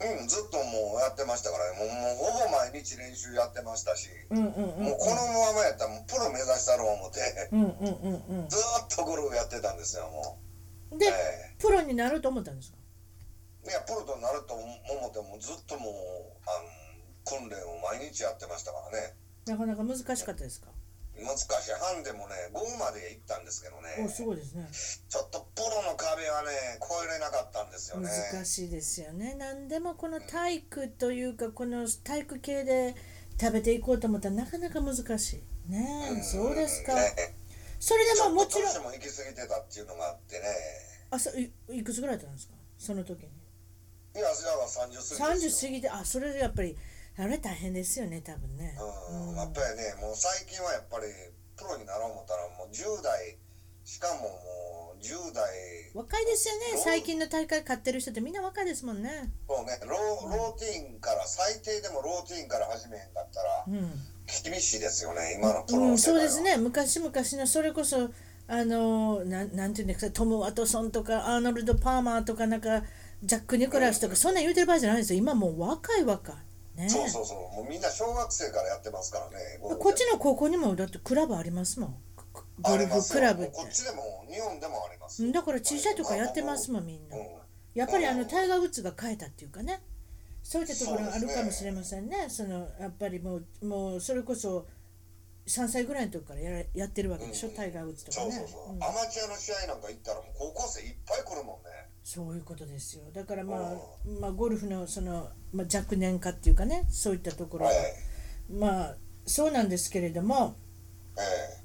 Speaker 2: うんずっともうやってましたからねもうもうほぼ毎日練習やってましたし、
Speaker 1: うんうんうん
Speaker 2: もうこのままやったらもうプロ目指したろう思って (laughs)
Speaker 1: うんうんうん
Speaker 2: ずーっとゴルフやってたんですよも
Speaker 1: うん
Speaker 2: う、
Speaker 1: で、
Speaker 2: え
Speaker 1: プロになると思ったんですか
Speaker 2: えいやプロとなると思ってもずっともうあの訓練を毎日やってましたからね
Speaker 1: なかなか難しかったですか
Speaker 2: 難しいハンデもね5まで行ったんですけど
Speaker 1: お
Speaker 2: ね
Speaker 1: すごいですね
Speaker 2: ちょっとプロの壁はね超えれなかったんですよね
Speaker 1: 難しいですよね何でもこの体育というかこの体育系で食べていこうと思ったらなかなか難しいねえ
Speaker 2: ん
Speaker 1: そうですか
Speaker 2: ね
Speaker 1: それで
Speaker 2: ちょ
Speaker 1: もも
Speaker 2: っと
Speaker 1: ちろん
Speaker 2: 年も行き過ぎてたっていうのがあってね
Speaker 1: あそいいくつぐらいだったんですかその時に
Speaker 2: いやそれは30過ぎです
Speaker 1: 30
Speaker 2: よ
Speaker 1: 過ぎてあそれでやっぱりあれ大変ですよね多分ね
Speaker 2: うんやっぱりねもう最近はやっぱりプロになろう思ったらもう10代しかももう10代
Speaker 1: 若いですよね
Speaker 2: うん
Speaker 1: 最近の大会買ってる人ってみんな若いですもんね
Speaker 2: そうねローローティーンから最低でもローティーンから始めへんかったら
Speaker 1: う
Speaker 2: 厳しいですよね今のプロ
Speaker 1: ん、う
Speaker 2: の
Speaker 1: ん、
Speaker 2: 世
Speaker 1: そう
Speaker 2: 界は、
Speaker 1: ですね昔々のそれこそあのなんなんていうんですかトム・ワトソンとかアーノルド・パーマーとかなんかジャック・ニコラスとかそんなん言うてる場合じゃないですよ今もう若い若いね
Speaker 2: そうそうそうもうみんな小学生からやってますからねゴルフ
Speaker 1: こっちの高校にもだってクラブありますもんくゴル
Speaker 2: ありま
Speaker 1: フ
Speaker 2: す
Speaker 1: ク
Speaker 2: よ
Speaker 1: ラブって
Speaker 2: もうこっちでも日本でもあります
Speaker 1: う
Speaker 2: よ
Speaker 1: んだから小さい時からやってます
Speaker 2: も
Speaker 1: も
Speaker 2: ん、
Speaker 1: んみんな
Speaker 2: うん
Speaker 1: やっぱりあのタイガー・ウッズが変えたっていうかねそういったところがあ
Speaker 2: そう
Speaker 1: る
Speaker 2: ですね
Speaker 1: かもしれませんねそのやっぱりもうもうそれこそ3歳ぐらいの時からやらやってるわけでしょ、
Speaker 2: うん
Speaker 1: タイガー・ウッズとか
Speaker 2: そう
Speaker 1: ね
Speaker 2: そうそう、
Speaker 1: うん
Speaker 2: アマチュアの試合なんか行ったらもう高校生いっぱい来るもんね
Speaker 1: そういうことですよだからまあ、まあ、ゴルフのその、まあ、若年化っていうかねそういったところ
Speaker 2: は
Speaker 1: が、
Speaker 2: い
Speaker 1: まあそうなんですけれども
Speaker 2: え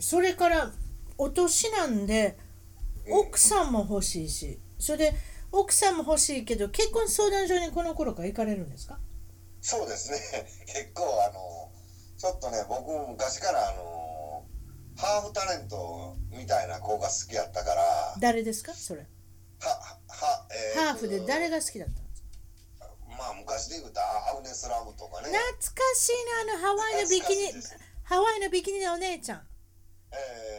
Speaker 1: それからお年なんで
Speaker 2: えうん
Speaker 1: 奥さんも欲しいしそれで奥さんも欲しいけど結婚相談所にこの頃から行かれるんですか
Speaker 2: そうですね (laughs) 結構あのちょっとね僕も昔からあのハーフタレントみたいな子が好きやったからは
Speaker 1: 誰ですかそれ
Speaker 2: はは、え
Speaker 1: ハーフで誰
Speaker 2: が
Speaker 1: が好きだったんですか
Speaker 2: まあ昔で言うとアアウネスラムとかね
Speaker 1: 懐かしいなあのハワイのビキニ
Speaker 2: 懐かしいです
Speaker 1: ハワイのビキニのお姉ちゃん
Speaker 2: え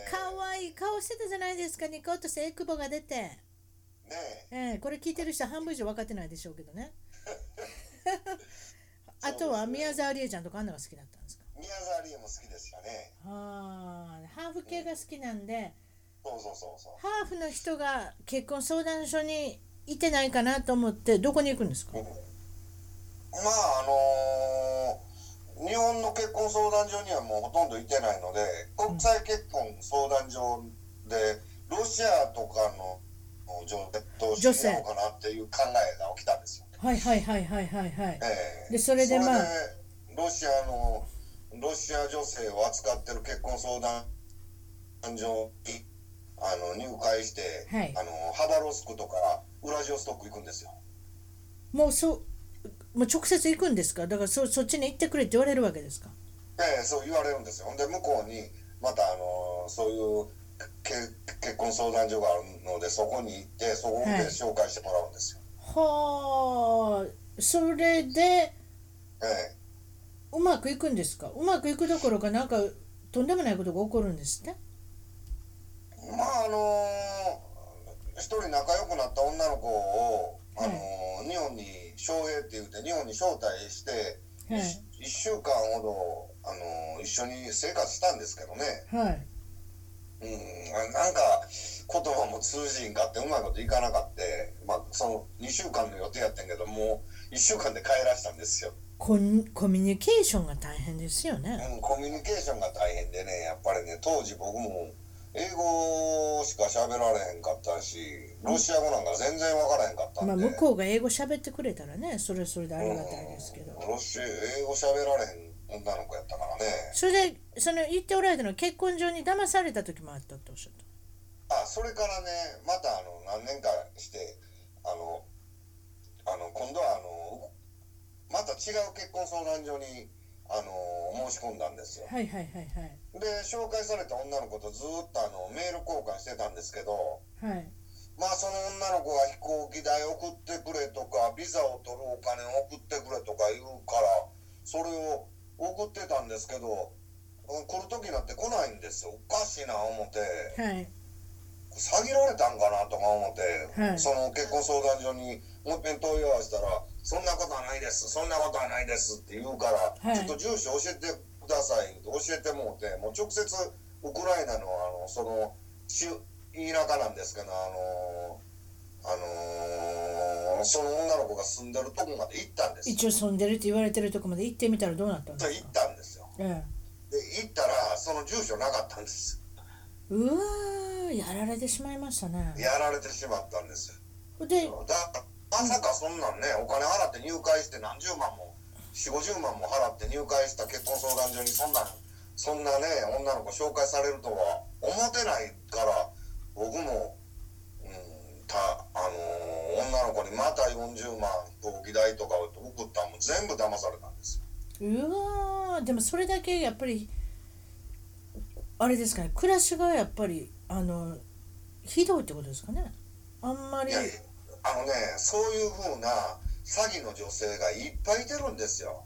Speaker 2: え
Speaker 1: かわいい顔してたじゃないですかニコッとしてえくぼが出て。
Speaker 2: ねえ
Speaker 1: ええこれ聞いてる人半分以上分かってないでしょうけど (laughs) ね。あとは宮沢りえちゃんとかあんなのが好きだったんですか。
Speaker 2: 宮沢りえも好きでしたね
Speaker 1: ああ、ハーフ系が好きなんで、
Speaker 2: そうそうそうそう
Speaker 1: ハーフの人が結婚相談所にいてないかなと思ってどこに行くんですか。
Speaker 2: まああのー日本の結婚相談所にはもうほとんどいてないので国際結婚相談所でロシアとかの女性と
Speaker 1: 女
Speaker 2: して
Speaker 1: 性
Speaker 2: やろうかなっていう考えが起きたんですよ。
Speaker 1: はいはいはいはいはいはい。
Speaker 2: ええ
Speaker 1: でそれでまあ
Speaker 2: それでロシアのロシア女性を扱ってる結婚相談所にあの入会して、
Speaker 1: はい
Speaker 2: あのハバロフスクとかウラジオストック行くんですよ。
Speaker 1: もうそう、もう直接行くんですか。だからそそっちに行ってくれって言われるわけですか。
Speaker 2: ええそう言われるんですよ。ほんで向こうにまたあのそういうけ結婚相談所があるのでそこに行ってそ
Speaker 1: は
Speaker 2: こ
Speaker 1: い
Speaker 2: で紹介してもらうんですよ。
Speaker 1: はあ、それで。
Speaker 2: え
Speaker 1: うまくいくんですかうまくいくどころかなんかとんでもないことが起こるんですって
Speaker 2: えまああの一人仲良くなった女の子をあの、日本に招聘って言って日本に招待して、
Speaker 1: はい
Speaker 2: 一一週間ほどあの一緒に生活したんですけどね。
Speaker 1: はい
Speaker 2: うんあなんか言葉も通じんかってうまいこといかなかって、まあ、その2週間の予定やってんけどもう1週間で帰らしたんですよ、
Speaker 1: コミコミュニケーションが大変ですよね
Speaker 2: うん、コミュニケーションが大変でねやっぱりね当時僕も英語しか喋られへんかったしロシア語なんか全然わからへんかったん
Speaker 1: ま
Speaker 2: で、
Speaker 1: あ向こうが英語喋ってくれたらねそれはそれでありがたいですけど
Speaker 2: うんロシア英語喋られへん女の子やったからね
Speaker 1: それでその言っておられたのは結婚上に騙された時もあったとおっしゃった
Speaker 2: あそれからねまたあの何年かしてあのあの今度はあのまた違う結婚相談所にあの申し込んだんですよ
Speaker 1: はいはいはいはい
Speaker 2: で紹介された女の子とずーっとあのメール交換してたんですけど
Speaker 1: はい
Speaker 2: まあその女の子が飛行機代送ってくれとかビザを取るお金を送ってくれとか言うからそれを送ってたんですけどうん来る時になって来ないんですよおかしいな思って
Speaker 1: はい
Speaker 2: 詐欺られたんかなとか思って、
Speaker 1: はい
Speaker 2: その結婚相談所にもう一遍問い合わせたら「そんなことはないですそんなことはないです」って言うから、
Speaker 1: はい
Speaker 2: ちょっと住所教えてください」って教えてもうてもう直接ウクライナのあのそのし田舎なんですけどあのあのその女の子が住んでるとこまで行ったんですよ
Speaker 1: 一応住んでるって言われてるとこまで行ってみたらどうなったんで
Speaker 2: と
Speaker 1: す
Speaker 2: 行
Speaker 1: か
Speaker 2: ったんですよ
Speaker 1: え
Speaker 2: で行ったらその住所なかったんです
Speaker 1: えうわーやられてしまいましたね
Speaker 2: やられてしまったんですよ
Speaker 1: で
Speaker 2: だまさかそんなんねお金払って入会して何十万も四五十万も払って入会した結婚相談所にそんなそんなね女の子紹介されるとは思ってないから僕も、うん、たあのー女の子にまた40万登記代とかを送ったのも全部騙されたんですよ
Speaker 1: うわーでもそれだけやっぱりあれですかね暮らしがやっぱりあのひどいってことですかねあんまり
Speaker 2: いやあのねそういう風な詐欺の女性がいっぱいいてるんですよ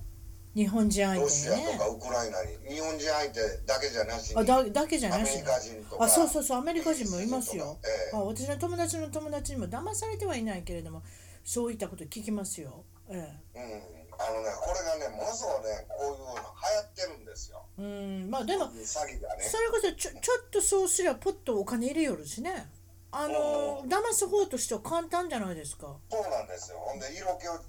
Speaker 1: 日本人相
Speaker 2: ロ
Speaker 1: 手
Speaker 2: シ
Speaker 1: に
Speaker 2: アと
Speaker 1: ね
Speaker 2: かウクライナに日本人相手だけじゃなしに
Speaker 1: あだだけじゃ
Speaker 2: ア
Speaker 1: な
Speaker 2: メ
Speaker 1: し
Speaker 2: リ
Speaker 1: に
Speaker 2: カ人とか
Speaker 1: あそうそうそうアメリカ人もいますよ、
Speaker 2: ええ
Speaker 1: あ私の友達の友達にも騙されてはいないけれどもそういったこと聞きますよ、え
Speaker 2: うん、あのねこれがねものすごくねこういうの流行ってるんですよ
Speaker 1: え、うんまあでも
Speaker 2: 詐欺がね
Speaker 1: それこそちょちょっとそうすればポッとお金入れよるしねあの
Speaker 2: う
Speaker 1: 騙す方としては簡単じゃないですか
Speaker 2: そうなんですよほんで色気をい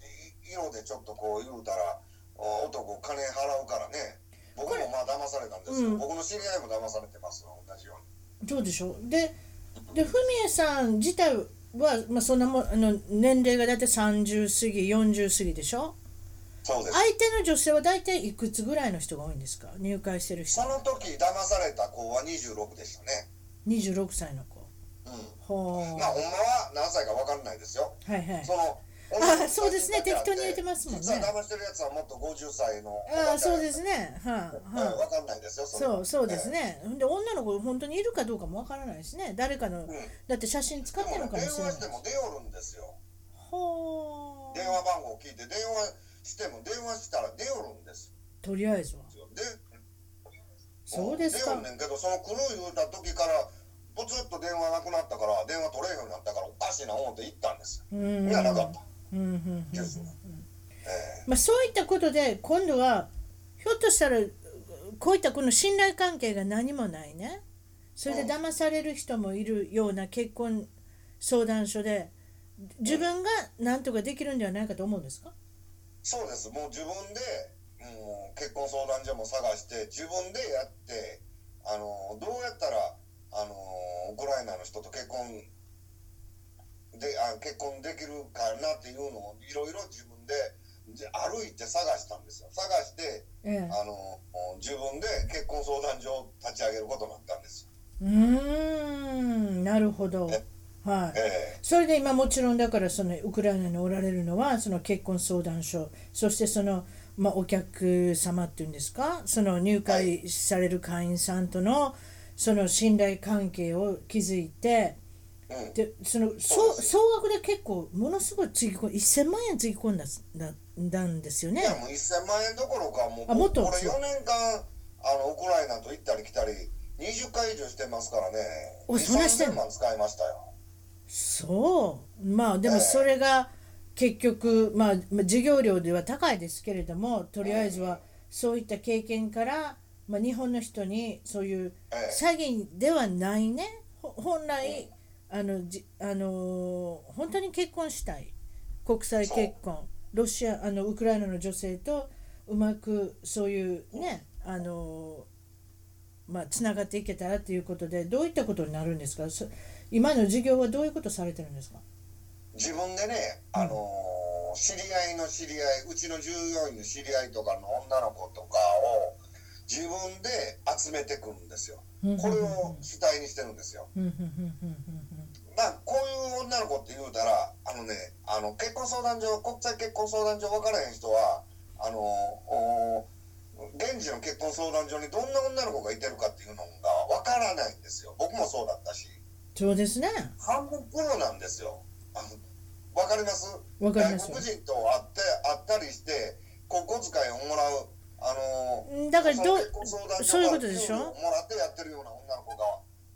Speaker 2: 色でちょっとこう言うたらお男金払うからね僕もまあ騙されたんですけど、
Speaker 1: うん
Speaker 2: 僕の知り合いも騙されてますよ同じように
Speaker 1: そうでしょでで文江さん自体は、まあ、そんなもんあの年齢が大体30過ぎ40過ぎでしょ
Speaker 2: そうです
Speaker 1: 相手の女性は大体いくつぐらいの人が多いんですか入会してる人
Speaker 2: その時騙された子は26でしたね
Speaker 1: 26歳の子
Speaker 2: うん
Speaker 1: ほう
Speaker 2: まあほんまは何歳か分かんないですよ
Speaker 1: はいはい
Speaker 2: その
Speaker 1: あそうですね適当に言ってますもんね
Speaker 2: 実は騙してるやつはもっと50歳のおばちゃ
Speaker 1: あ
Speaker 2: んやから
Speaker 1: あそうですねはい、はい、
Speaker 2: わかんないですよ。れ
Speaker 1: そうそうです。ね、で女の子本当にいるかどうかもわからないしね誰かの、
Speaker 2: うん
Speaker 1: だって写真使
Speaker 2: で
Speaker 1: って
Speaker 2: も
Speaker 1: るのかも
Speaker 2: 電
Speaker 1: しれな
Speaker 2: 話
Speaker 1: い
Speaker 2: しても出よるんですよ。
Speaker 1: ほ
Speaker 2: 電話番号聞いて電話しても電話したら出よるんです
Speaker 1: うとりあえずは
Speaker 2: よ。で、
Speaker 1: そうですか
Speaker 2: 出よんねんけどその来る言うた時からポツッと電話なくなったから電話取れへんようになったからおかしいな思って行ったんです
Speaker 1: う
Speaker 2: よ。
Speaker 1: んうん
Speaker 2: いやなかった。
Speaker 1: うんうんうん
Speaker 2: ですねえ
Speaker 1: まあ、そういったことで今度はひょっとしたらこういったこの信頼関係が何もないねそれで騙される人もいるような結婚相談所で自分が何とかできるんではないかと思うんですか
Speaker 2: えそうです。もう自分でもう結婚相談所も探して自分でやってあのどうやったらあのウクライナの人と結婚であ結婚できるかなっていうのをいろいろ自分でで歩いて探したんですよ探して
Speaker 1: ええ
Speaker 2: あの自分で結婚相談所を立ち上げることになったんですよ、
Speaker 1: うーんなるほどはい
Speaker 2: ええ
Speaker 1: それで今もちろんだからそのウクライナにおられるのはその結婚相談所そしてその、まあ、お客様っていうんですかその入会される会員さんとのその信頼関係を築いて
Speaker 2: うん、
Speaker 1: でその
Speaker 2: そう
Speaker 1: 総
Speaker 2: です
Speaker 1: 総額で結構ものすごいつぎ込ん1000万円つぎ込んだだだんですよね
Speaker 2: い。やもう1000万円どころかもう
Speaker 1: あもっと
Speaker 2: これ4年間あのウクライナと行ったり来たり20回以上してますからね
Speaker 1: おそんなしてん
Speaker 2: 2000
Speaker 1: の
Speaker 2: 万使いましたよ
Speaker 1: そうまあでもそれが結局まあまあ授業料では高いですけれどもとりあえずはそういった経験から、まあ、日本の人にそういう
Speaker 2: ええ
Speaker 1: 詐欺ではないねほ本来あのじあのー本当に結婚したい国際結婚ロシアあのウクライナの女性とうまくそういうねあのーまあ、つながっていけたらということでどういったことになるんですかそ今の授業はどういうことされてるんですか
Speaker 2: 自分でね、あのー知り合いの知り合いうちの従業員の知り合いとかの女の子とかを自分で集めてくるんですよこれを主体にしてるんですよ
Speaker 1: うんうんうん
Speaker 2: まあこういう女の子って言うたらあのねあの結婚相談所国際結婚相談所分からへん人はあのーおー現ンジの結婚相談所にどんな女の子がいてるかっていうのがわからないんですよ僕もそうだったし
Speaker 1: そうですね。
Speaker 2: 半分プロなんですよあのわかります
Speaker 1: わかります
Speaker 2: 外
Speaker 1: よ
Speaker 2: 国。人と会って会ったりしてこう小遣いをもらうあの
Speaker 1: んだからどう
Speaker 2: その結婚相談所
Speaker 1: そういうことでしょ
Speaker 2: から給料もらってやってるような女の子が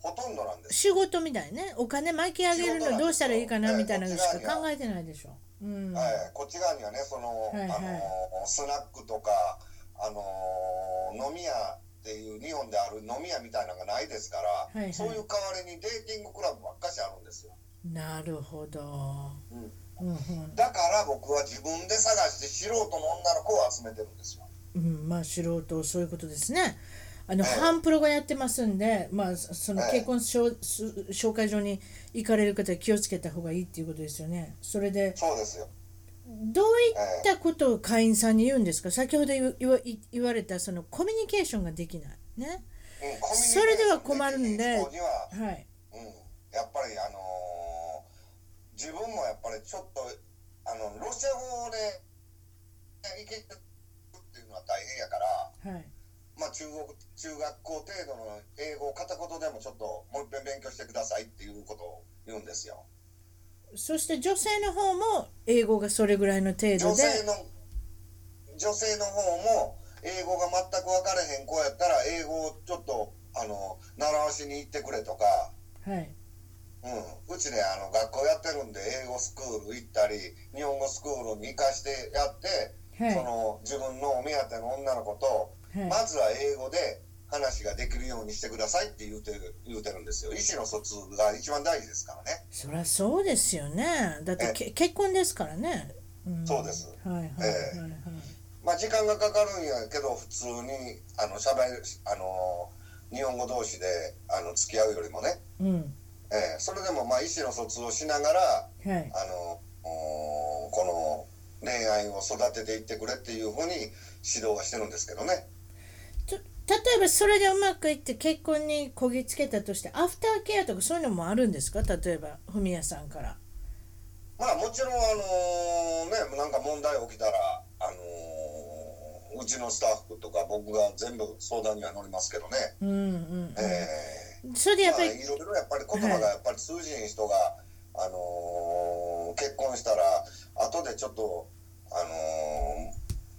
Speaker 2: ほとんどなんです
Speaker 1: 仕事みたいね。お金巻き上げるのどうしたらいいかなみたいなのしか考えてないでしょ。うん。
Speaker 2: はい、こっち側にはねその、
Speaker 1: はいはい
Speaker 2: あのスナックとかあの飲み屋っていう日本である飲み屋みたいなのがないですから、
Speaker 1: いはい
Speaker 2: そういう代わりにデーティングクラブばっかしあるんですよ
Speaker 1: なるほど。
Speaker 2: うん
Speaker 1: うんうん
Speaker 2: だから僕は自分で探して素人の女の子を集めてるんですよ
Speaker 1: うん、まあ素人そういうことですね。あの、
Speaker 2: はい
Speaker 1: ハンプロがやってますんで、まあそその
Speaker 2: はい
Speaker 1: 結婚しょうす紹介所に行かれる方は気をつけた方がいいっていうことですよね。それで
Speaker 2: そうですよ
Speaker 1: どういったことを会員さんに言うんですか。先ほど言う言わ言言われたそのコミュニケーションができないね。
Speaker 2: うんコミュニケーション
Speaker 1: それでは困るんで
Speaker 2: きる人には
Speaker 1: はい。
Speaker 2: うん、やっぱりあのー自分もやっぱりちょっとあのロシア語でいけるっていうのは大変やから、
Speaker 1: はい。
Speaker 2: まあ、中国中学校程度の英語を片言でもちょっともう一遍勉強してくださいっていうことを言うんですよ。
Speaker 1: そして女性の方も英語がそれぐらいの程
Speaker 2: 女
Speaker 1: 度で。
Speaker 2: 性の女性の方も英語が全く分からへん子やったら英語をちょっとあの習わしに行ってくれとか。
Speaker 1: はい。
Speaker 2: うん、うちねあの学校やってるんで英語スクール行ったり日本語スクールに行かしてやって、
Speaker 1: はい
Speaker 2: そ。の自分のお目当ての女の子と、
Speaker 1: は
Speaker 2: まずは英語で話ができるようにしてくださいって言うてる言うてるんですよ意思の疎通が一番大事ですからね
Speaker 1: い。そりゃそうですよね。だってけ結婚ですからね。ん
Speaker 2: そうです。
Speaker 1: はいはいはい
Speaker 2: え
Speaker 1: はい。
Speaker 2: まあ時間がかかるんやけど普通にあのしゃべるあの日本語同士であの付き合うよりもね、
Speaker 1: うん。
Speaker 2: ええそれでもまあ意思の疎通をしながら
Speaker 1: はい。
Speaker 2: あのおーこの恋愛を育てていってくれっていうふうに指導はしてるんですけどね
Speaker 1: ちょ例えばそれでうまくいって結婚にこぎつけたとしてアフターケアとかそういうのもあるんですか例えば文也さんから
Speaker 2: まあもちろんあのねなんか問題起きたらあのーうちのスタッフとか僕が全部相談には乗りますけどね、
Speaker 1: うんうん、
Speaker 2: え
Speaker 1: それで
Speaker 2: え
Speaker 1: やっ
Speaker 2: ま
Speaker 1: ぱ
Speaker 2: あ
Speaker 1: り、
Speaker 2: いろいろやっぱり言葉がやっぱり通じん人が、あのー結婚したら後でちょっとあのー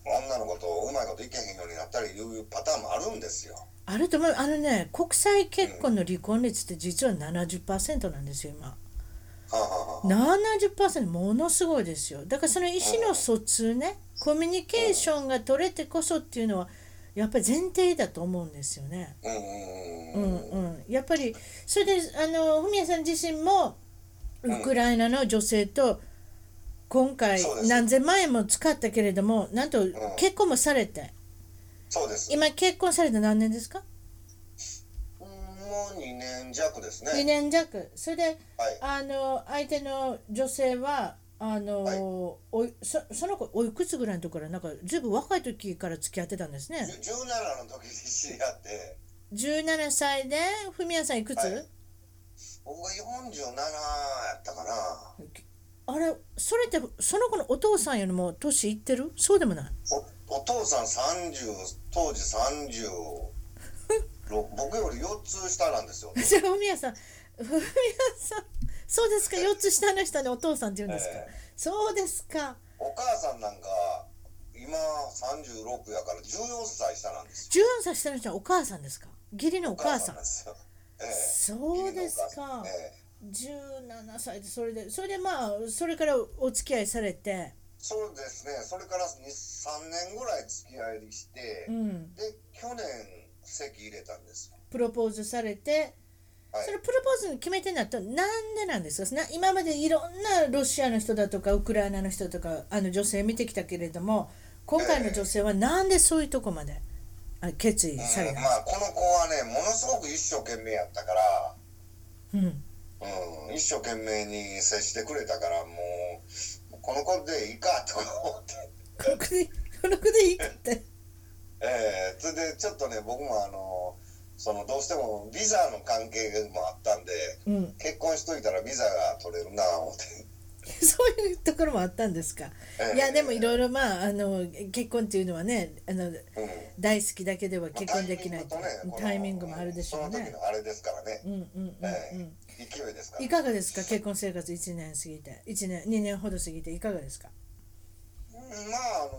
Speaker 2: 女の子とうまいこといけへんようになったりいうパターンもあるんですよ。
Speaker 1: あると思うあのね国際結婚の離婚率って実は70%なんですよ今
Speaker 2: はあはあはあ
Speaker 1: 70%ものすごいですよだからその意思の疎通ねコミュニケーションが取れてこそっていうのはやっぱり前提だと思うんですよね。
Speaker 2: う
Speaker 1: うんん
Speaker 2: うんうんうん
Speaker 1: うん、やっぱりそれであの文也さん自身もウ
Speaker 2: ん
Speaker 1: クライナの女性と今回
Speaker 2: そうです
Speaker 1: 何千万円も使ったけれどもなんと結婚もされて
Speaker 2: そうです。
Speaker 1: 今結婚されて何年ですか
Speaker 2: もう2年弱ですね。
Speaker 1: 2年弱それで
Speaker 2: はい。
Speaker 1: あの相手の女性はあの、
Speaker 2: はい
Speaker 1: おいそその子おいくつぐらいのところなんかずいぶん若い時から付き合ってたんですね
Speaker 2: じゅ17の時に知り合って、
Speaker 1: 17歳で文也さんいくつ、
Speaker 2: はい僕が47やったかな。
Speaker 1: あれそれってその子のお父さんよりも年いってるそうでもない (laughs)
Speaker 2: おお父さん30、当時30、ろ (laughs) 僕より4つ下なんですよ。
Speaker 1: じゃあ、ふみやさん、ふみやさん、そうですか、4つ下の下にお父さんって言うんですか。
Speaker 2: え
Speaker 1: そうですか。
Speaker 2: お母さんなんか、今36やから14歳下なんですよ。
Speaker 1: 14歳下の人はお母さんですか。義理のお母さん
Speaker 2: な。ですよ。ええ
Speaker 1: そうですか
Speaker 2: え。え
Speaker 1: 17歳で、それで、それでまあ、それからお付き合いされて、
Speaker 2: そうですね。それから2、3年ぐらい付き合いして、
Speaker 1: うん、
Speaker 2: で、去年、籍入れたんですよ。
Speaker 1: プロポーズされて、
Speaker 2: はい
Speaker 1: それプロポーズに決めてなったなんでなんですかな今までいろんなロシアの人だとかウクライナの人とかあの女性見てきたけれども今回の女性はなんでそういうとこまであ決意され
Speaker 2: うん
Speaker 1: た
Speaker 2: まあこの子はねものすごく一生懸命やったから、
Speaker 1: うん
Speaker 2: うん、一生懸命に接してくれたからもうこの子でいいかとか思って、 (laughs)
Speaker 1: この子でこの子でいいかって
Speaker 2: ええそれでちょっとね僕もあのそのどうしてもビザの関係もあったんで
Speaker 1: うん
Speaker 2: 結婚しといたらビザが取れるな思って
Speaker 1: そういうところもあったんですか。いやでもいろいろまああの結婚っていうのはねあの
Speaker 2: うん
Speaker 1: 大好きだけでは (laughs) 結婚できない
Speaker 2: まあタイミングと
Speaker 1: タイミングも
Speaker 2: ねこの
Speaker 1: あるでしょう
Speaker 2: その時
Speaker 1: ね。
Speaker 2: のあれですからね、
Speaker 1: うんうんうん
Speaker 2: え
Speaker 1: う
Speaker 2: え勢いですか
Speaker 1: ん。
Speaker 2: ら
Speaker 1: いかがですか結婚生活1年過ぎて1年2年ほど過ぎていかがですか (laughs)
Speaker 2: うんまああの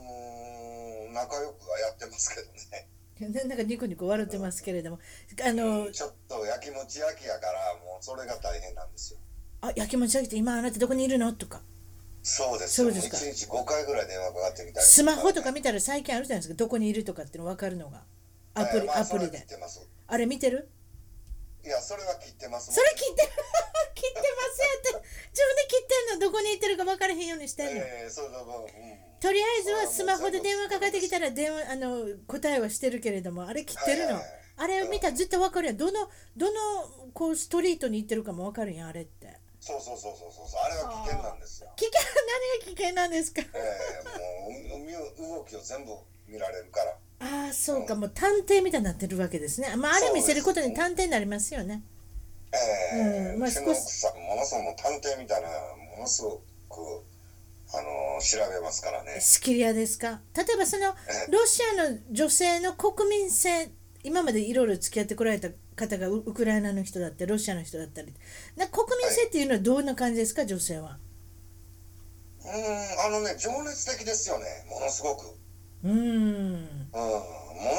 Speaker 2: ー仲良くはやってますけどね
Speaker 1: ななんかニコニコ笑ってますけれどもあの
Speaker 2: ちょっとやきもち焼きやからもうそれが大変なんですよ
Speaker 1: あやきもちあげて今あなたどこにいるのとか
Speaker 2: そうです
Speaker 1: そ
Speaker 2: よ
Speaker 1: うですか
Speaker 2: 1日5回ぐらい電話かかってみたり
Speaker 1: スマホとか見たら最近あるじゃないですかどこにいるとかっていうの分かるのがアプ
Speaker 2: ええ
Speaker 1: リ
Speaker 2: まあ
Speaker 1: アプリ
Speaker 2: それは切
Speaker 1: で
Speaker 2: ってます
Speaker 1: あれ見てる
Speaker 2: いやそれは切ってます
Speaker 1: それ切ってる (laughs) 切ってますよって自分で切ってんのどこに行ってるか分からへんようにしてんの、
Speaker 2: ええそうそうそううん
Speaker 1: とりあえずはスマホで電話かかってきたら電話あの答えはしてるけれどもあれ切ってるの、
Speaker 2: はいはいはい
Speaker 1: あれを見たらずっと分かるやんどのどのこうストリートに行ってるかも分かるやんあれって
Speaker 2: そうそうそうそうそうあれは危険なんですよ
Speaker 1: 危険何が危険なんですか
Speaker 2: ええもう海を動きを全部見られるから
Speaker 1: ああそうかもう探偵みたいになってるわけですねまああれ見せることに探偵になりますよね
Speaker 2: ええ
Speaker 1: うんまあ
Speaker 2: うちの
Speaker 1: 少
Speaker 2: 奥
Speaker 1: し
Speaker 2: さんものすごく探偵みたいなものすごくあの調べますからね
Speaker 1: スキリアですか例えばそのロシアの女性の国民性今までいろいろ付き合ってこられた方がウウクライナの人だったりロシアの人だったりな国民性っていうのはどんな感じですか女性は
Speaker 2: うんあのね情熱的ですよねものすごく
Speaker 1: うーん
Speaker 2: うんも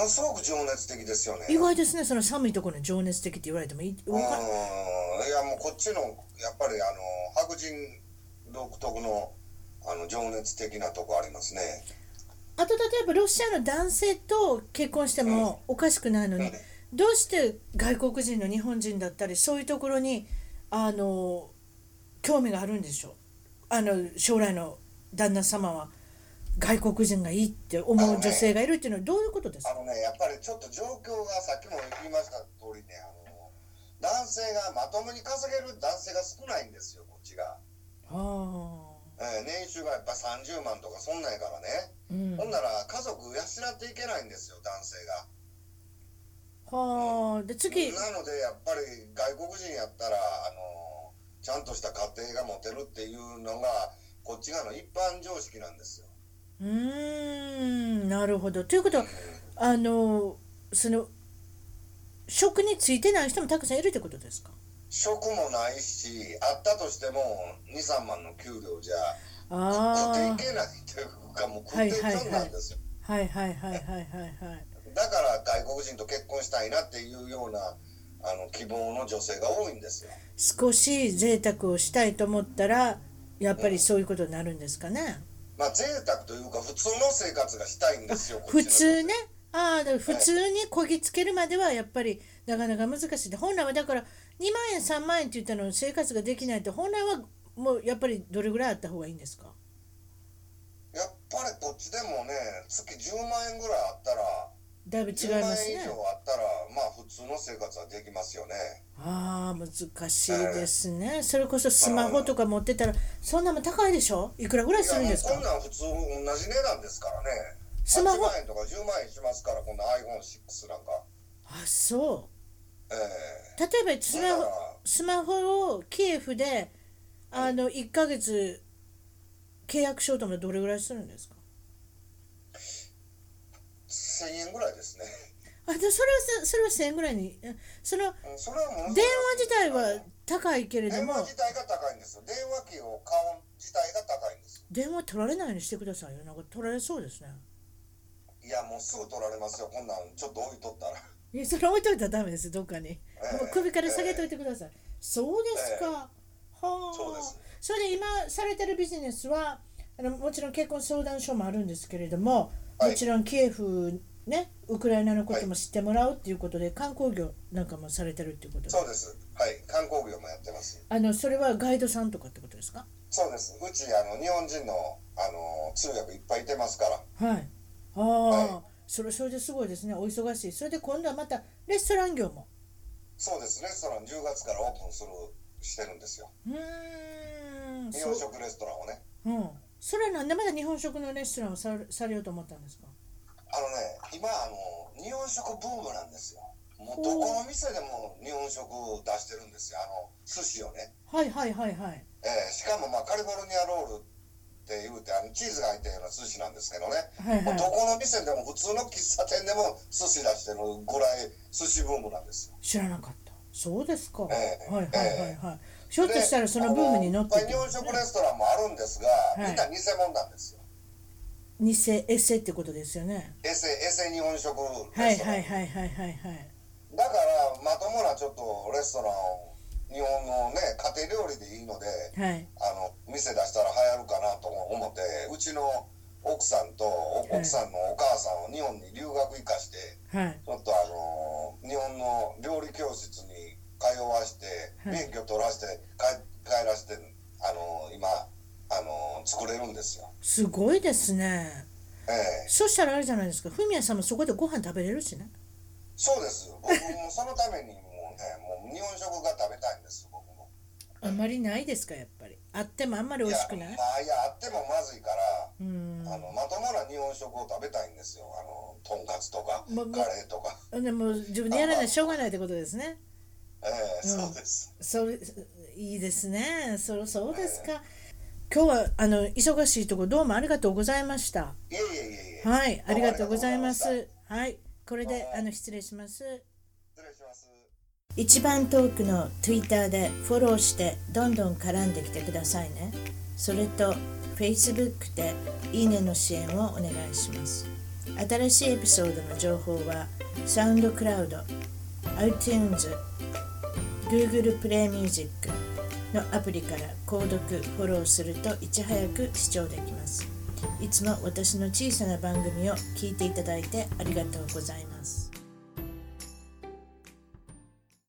Speaker 2: のすごく情熱的ですよね
Speaker 1: 意外ですねその寒いところに情熱的って言われてもいい
Speaker 2: うんい
Speaker 1: わか
Speaker 2: やもうこっちのやっぱりあの白人独特のあの情熱的なとこありますね
Speaker 1: あと例えばロシアの男性と結婚してもおかしくないのにどうして外国人の日本人だったりそういうところにあの興味があるんでしょうあの将来の旦那様は外国人がいいって思う女性がいるっていうのはどういうことです
Speaker 2: あ
Speaker 1: か
Speaker 2: のねやっぱりちょっと状況がさっきも言いました通りねあの男性がまともに稼げる男性が少ないんですよこっちが、
Speaker 1: あー
Speaker 2: えー年収がやっぱ30万とかそんなんやからね、
Speaker 1: うん
Speaker 2: ほんなら家族養っていけないんですよ男性が
Speaker 1: はあで次
Speaker 2: なのでやっぱり外国人やったらあのちゃんとした家庭が持てるっていうのがこっち側の一般常識なんですよ。
Speaker 1: うーんなるほどということはあのその職についてない人もたくさんいるってことですか
Speaker 2: 職もないしあったとしても23万の給料じゃ食って
Speaker 1: あ
Speaker 2: いけないというかもう食っていけんなんですよ。
Speaker 1: あはいはいはいはいはいはい
Speaker 2: だから外国人と結婚したいなっていうようなあの希望の女性が多いんですよ。
Speaker 1: 少し贅沢をしたいと思ったらやっぱりそういうことになるんですかね
Speaker 2: まあ贅沢というか普通の生活がしたいんですよ。こっ
Speaker 1: 普
Speaker 2: ち
Speaker 1: 通
Speaker 2: の人って
Speaker 1: ねああだから普通にこぎつけるまではやっぱりなかなか難しいで本来はだから2万円3万円って言ったのに生活ができないと本来はもうやっぱりどれぐらいあった方がいいんですか
Speaker 2: やっぱりこっちでもね月10万円ぐらいあったら。
Speaker 1: だいぶ違い
Speaker 2: 10万
Speaker 1: ます
Speaker 2: 円以
Speaker 1: ね
Speaker 2: 上あったら、まあ普通の生活はできますよね。
Speaker 1: ああ難しいですねそれこそスマホとか持ってたらそんなもん高いでしょいくらぐらいするんです
Speaker 2: いやもうこん
Speaker 1: か
Speaker 2: なん普通同じ値段ですからね。
Speaker 1: スマホ
Speaker 2: 8万円とか10万円しますから、こんな iPhone6 なんか。
Speaker 1: あそう
Speaker 2: え
Speaker 1: 例えばスマホスマホをキエフであの1ヶ月契約しようと思ったらどれぐらいするんですか
Speaker 2: え1000円ぐらいですね。
Speaker 1: あでそれはそれは1000円ぐらいにえその
Speaker 2: うんそれはもう
Speaker 1: 電話自体は高いけれど
Speaker 2: 電
Speaker 1: も
Speaker 2: 話自体が高いんですよ。電話機を買う自体が高いんですよ。
Speaker 1: 電話取られないようにしてくださいよなんか取られそうですね
Speaker 2: いや、もうすぐ取られますよ。こんなんちょっと置いとったら。
Speaker 1: いやそれ置いといたらダメですどっかに、
Speaker 2: え
Speaker 1: もう首から下げといてください、そうですか、はあ
Speaker 2: そうです
Speaker 1: それで今されてるビジネスはあのもちろん結婚相談所もあるんですけれども、
Speaker 2: はい
Speaker 1: もちろんキエフねウクライナのことも知ってもらうっていうことで、観光業なんかもされてるっていうことで
Speaker 2: そうです。はい。観光業もやってます。
Speaker 1: あのそれはガイドさんとかってことですか
Speaker 2: そうです。うち、あの、日本人の、あの、通訳いっぱいいてますから。
Speaker 1: はいああ、
Speaker 2: はい
Speaker 1: それそれですごいですねお忙しいそれで今度はまたレストラン業も
Speaker 2: そうです、レストラン10月からオープンするしてるんですよ。
Speaker 1: うーん
Speaker 2: 日
Speaker 1: そ
Speaker 2: 本
Speaker 1: う
Speaker 2: 食レストランをね。
Speaker 1: うん、それはなんでまだ日本食のレストランをされされようと思ったんですか
Speaker 2: あのね、今あの、日本食ブームなんですよ。もうどこの店でも日本食出してるんですよあの寿司をね、
Speaker 1: はいはいはいはい
Speaker 2: えーしかもまあカリフォルニアロールって言うてあのチーズが入ったような寿司なんですけどね、
Speaker 1: はい
Speaker 2: もうど
Speaker 1: はい
Speaker 2: この店でも普通の喫茶店でも寿司出してるぐらい寿司ブームなんですよ。
Speaker 1: 知らなかったそうですか、
Speaker 2: ええ
Speaker 1: はいはいはいはいひょっと
Speaker 2: で
Speaker 1: したらそのブームに乗って
Speaker 2: あ
Speaker 1: た
Speaker 2: のいっぱい日本食レストランもあるんですが、
Speaker 1: い
Speaker 2: みんな偽物なんですよ。
Speaker 1: 偽エッセってことですよね
Speaker 2: エセエセ日本食
Speaker 1: は
Speaker 2: レ
Speaker 1: い
Speaker 2: ストラ
Speaker 1: はい
Speaker 2: ン、
Speaker 1: はいはいはいはい
Speaker 2: だからまともなちょっとレストランを日本のね家庭料理でいいので
Speaker 1: はい
Speaker 2: あの店出したら流行るかなと思ってうちの奥さんとお
Speaker 1: はい
Speaker 2: 奥さんのお母さんを日本に留学行かして
Speaker 1: はい
Speaker 2: ちょっとあの日本の料理教室に通わして
Speaker 1: はい
Speaker 2: 免許取らして帰帰らしてあの今あの作れるんですよ。
Speaker 1: すごいですね
Speaker 2: ええ、
Speaker 1: そしたらあれじゃないですかフミヤさんもそこでご飯食べれるしね
Speaker 2: そうです僕もそのためにもうねもう日本食が食べたいんです僕も。
Speaker 1: あんまりないですかやっぱりあってもあんまり美味しくない
Speaker 2: や
Speaker 1: い
Speaker 2: まあいやあってもまずいから、
Speaker 1: うーん
Speaker 2: あのまともな日本食を食べたいんですよあのとんかつとか、
Speaker 1: ま
Speaker 2: カレーとか、
Speaker 1: でも自分でやらないしょうがないってことですね
Speaker 2: ええ
Speaker 1: うん
Speaker 2: そうです
Speaker 1: それいいですねそそうですか今日はあの忙しいとこどうもありがとうございました
Speaker 2: いえいえいえいえ
Speaker 1: はいありがとうございま
Speaker 2: どうもあり
Speaker 1: すはいこれであの失礼します
Speaker 2: がとうございました失礼します
Speaker 1: 一番トークの Twitter でフォローしてどんどん絡んできてくださいねそれと Facebook でいいねの支援をお願いします新しいエピソードの情報はサウンドクラウド iTunes Google プレイミュージックのアプリから購読フォローするといち早く視聴できますいつも私の小さな番組を聞いていただいてありがとうございます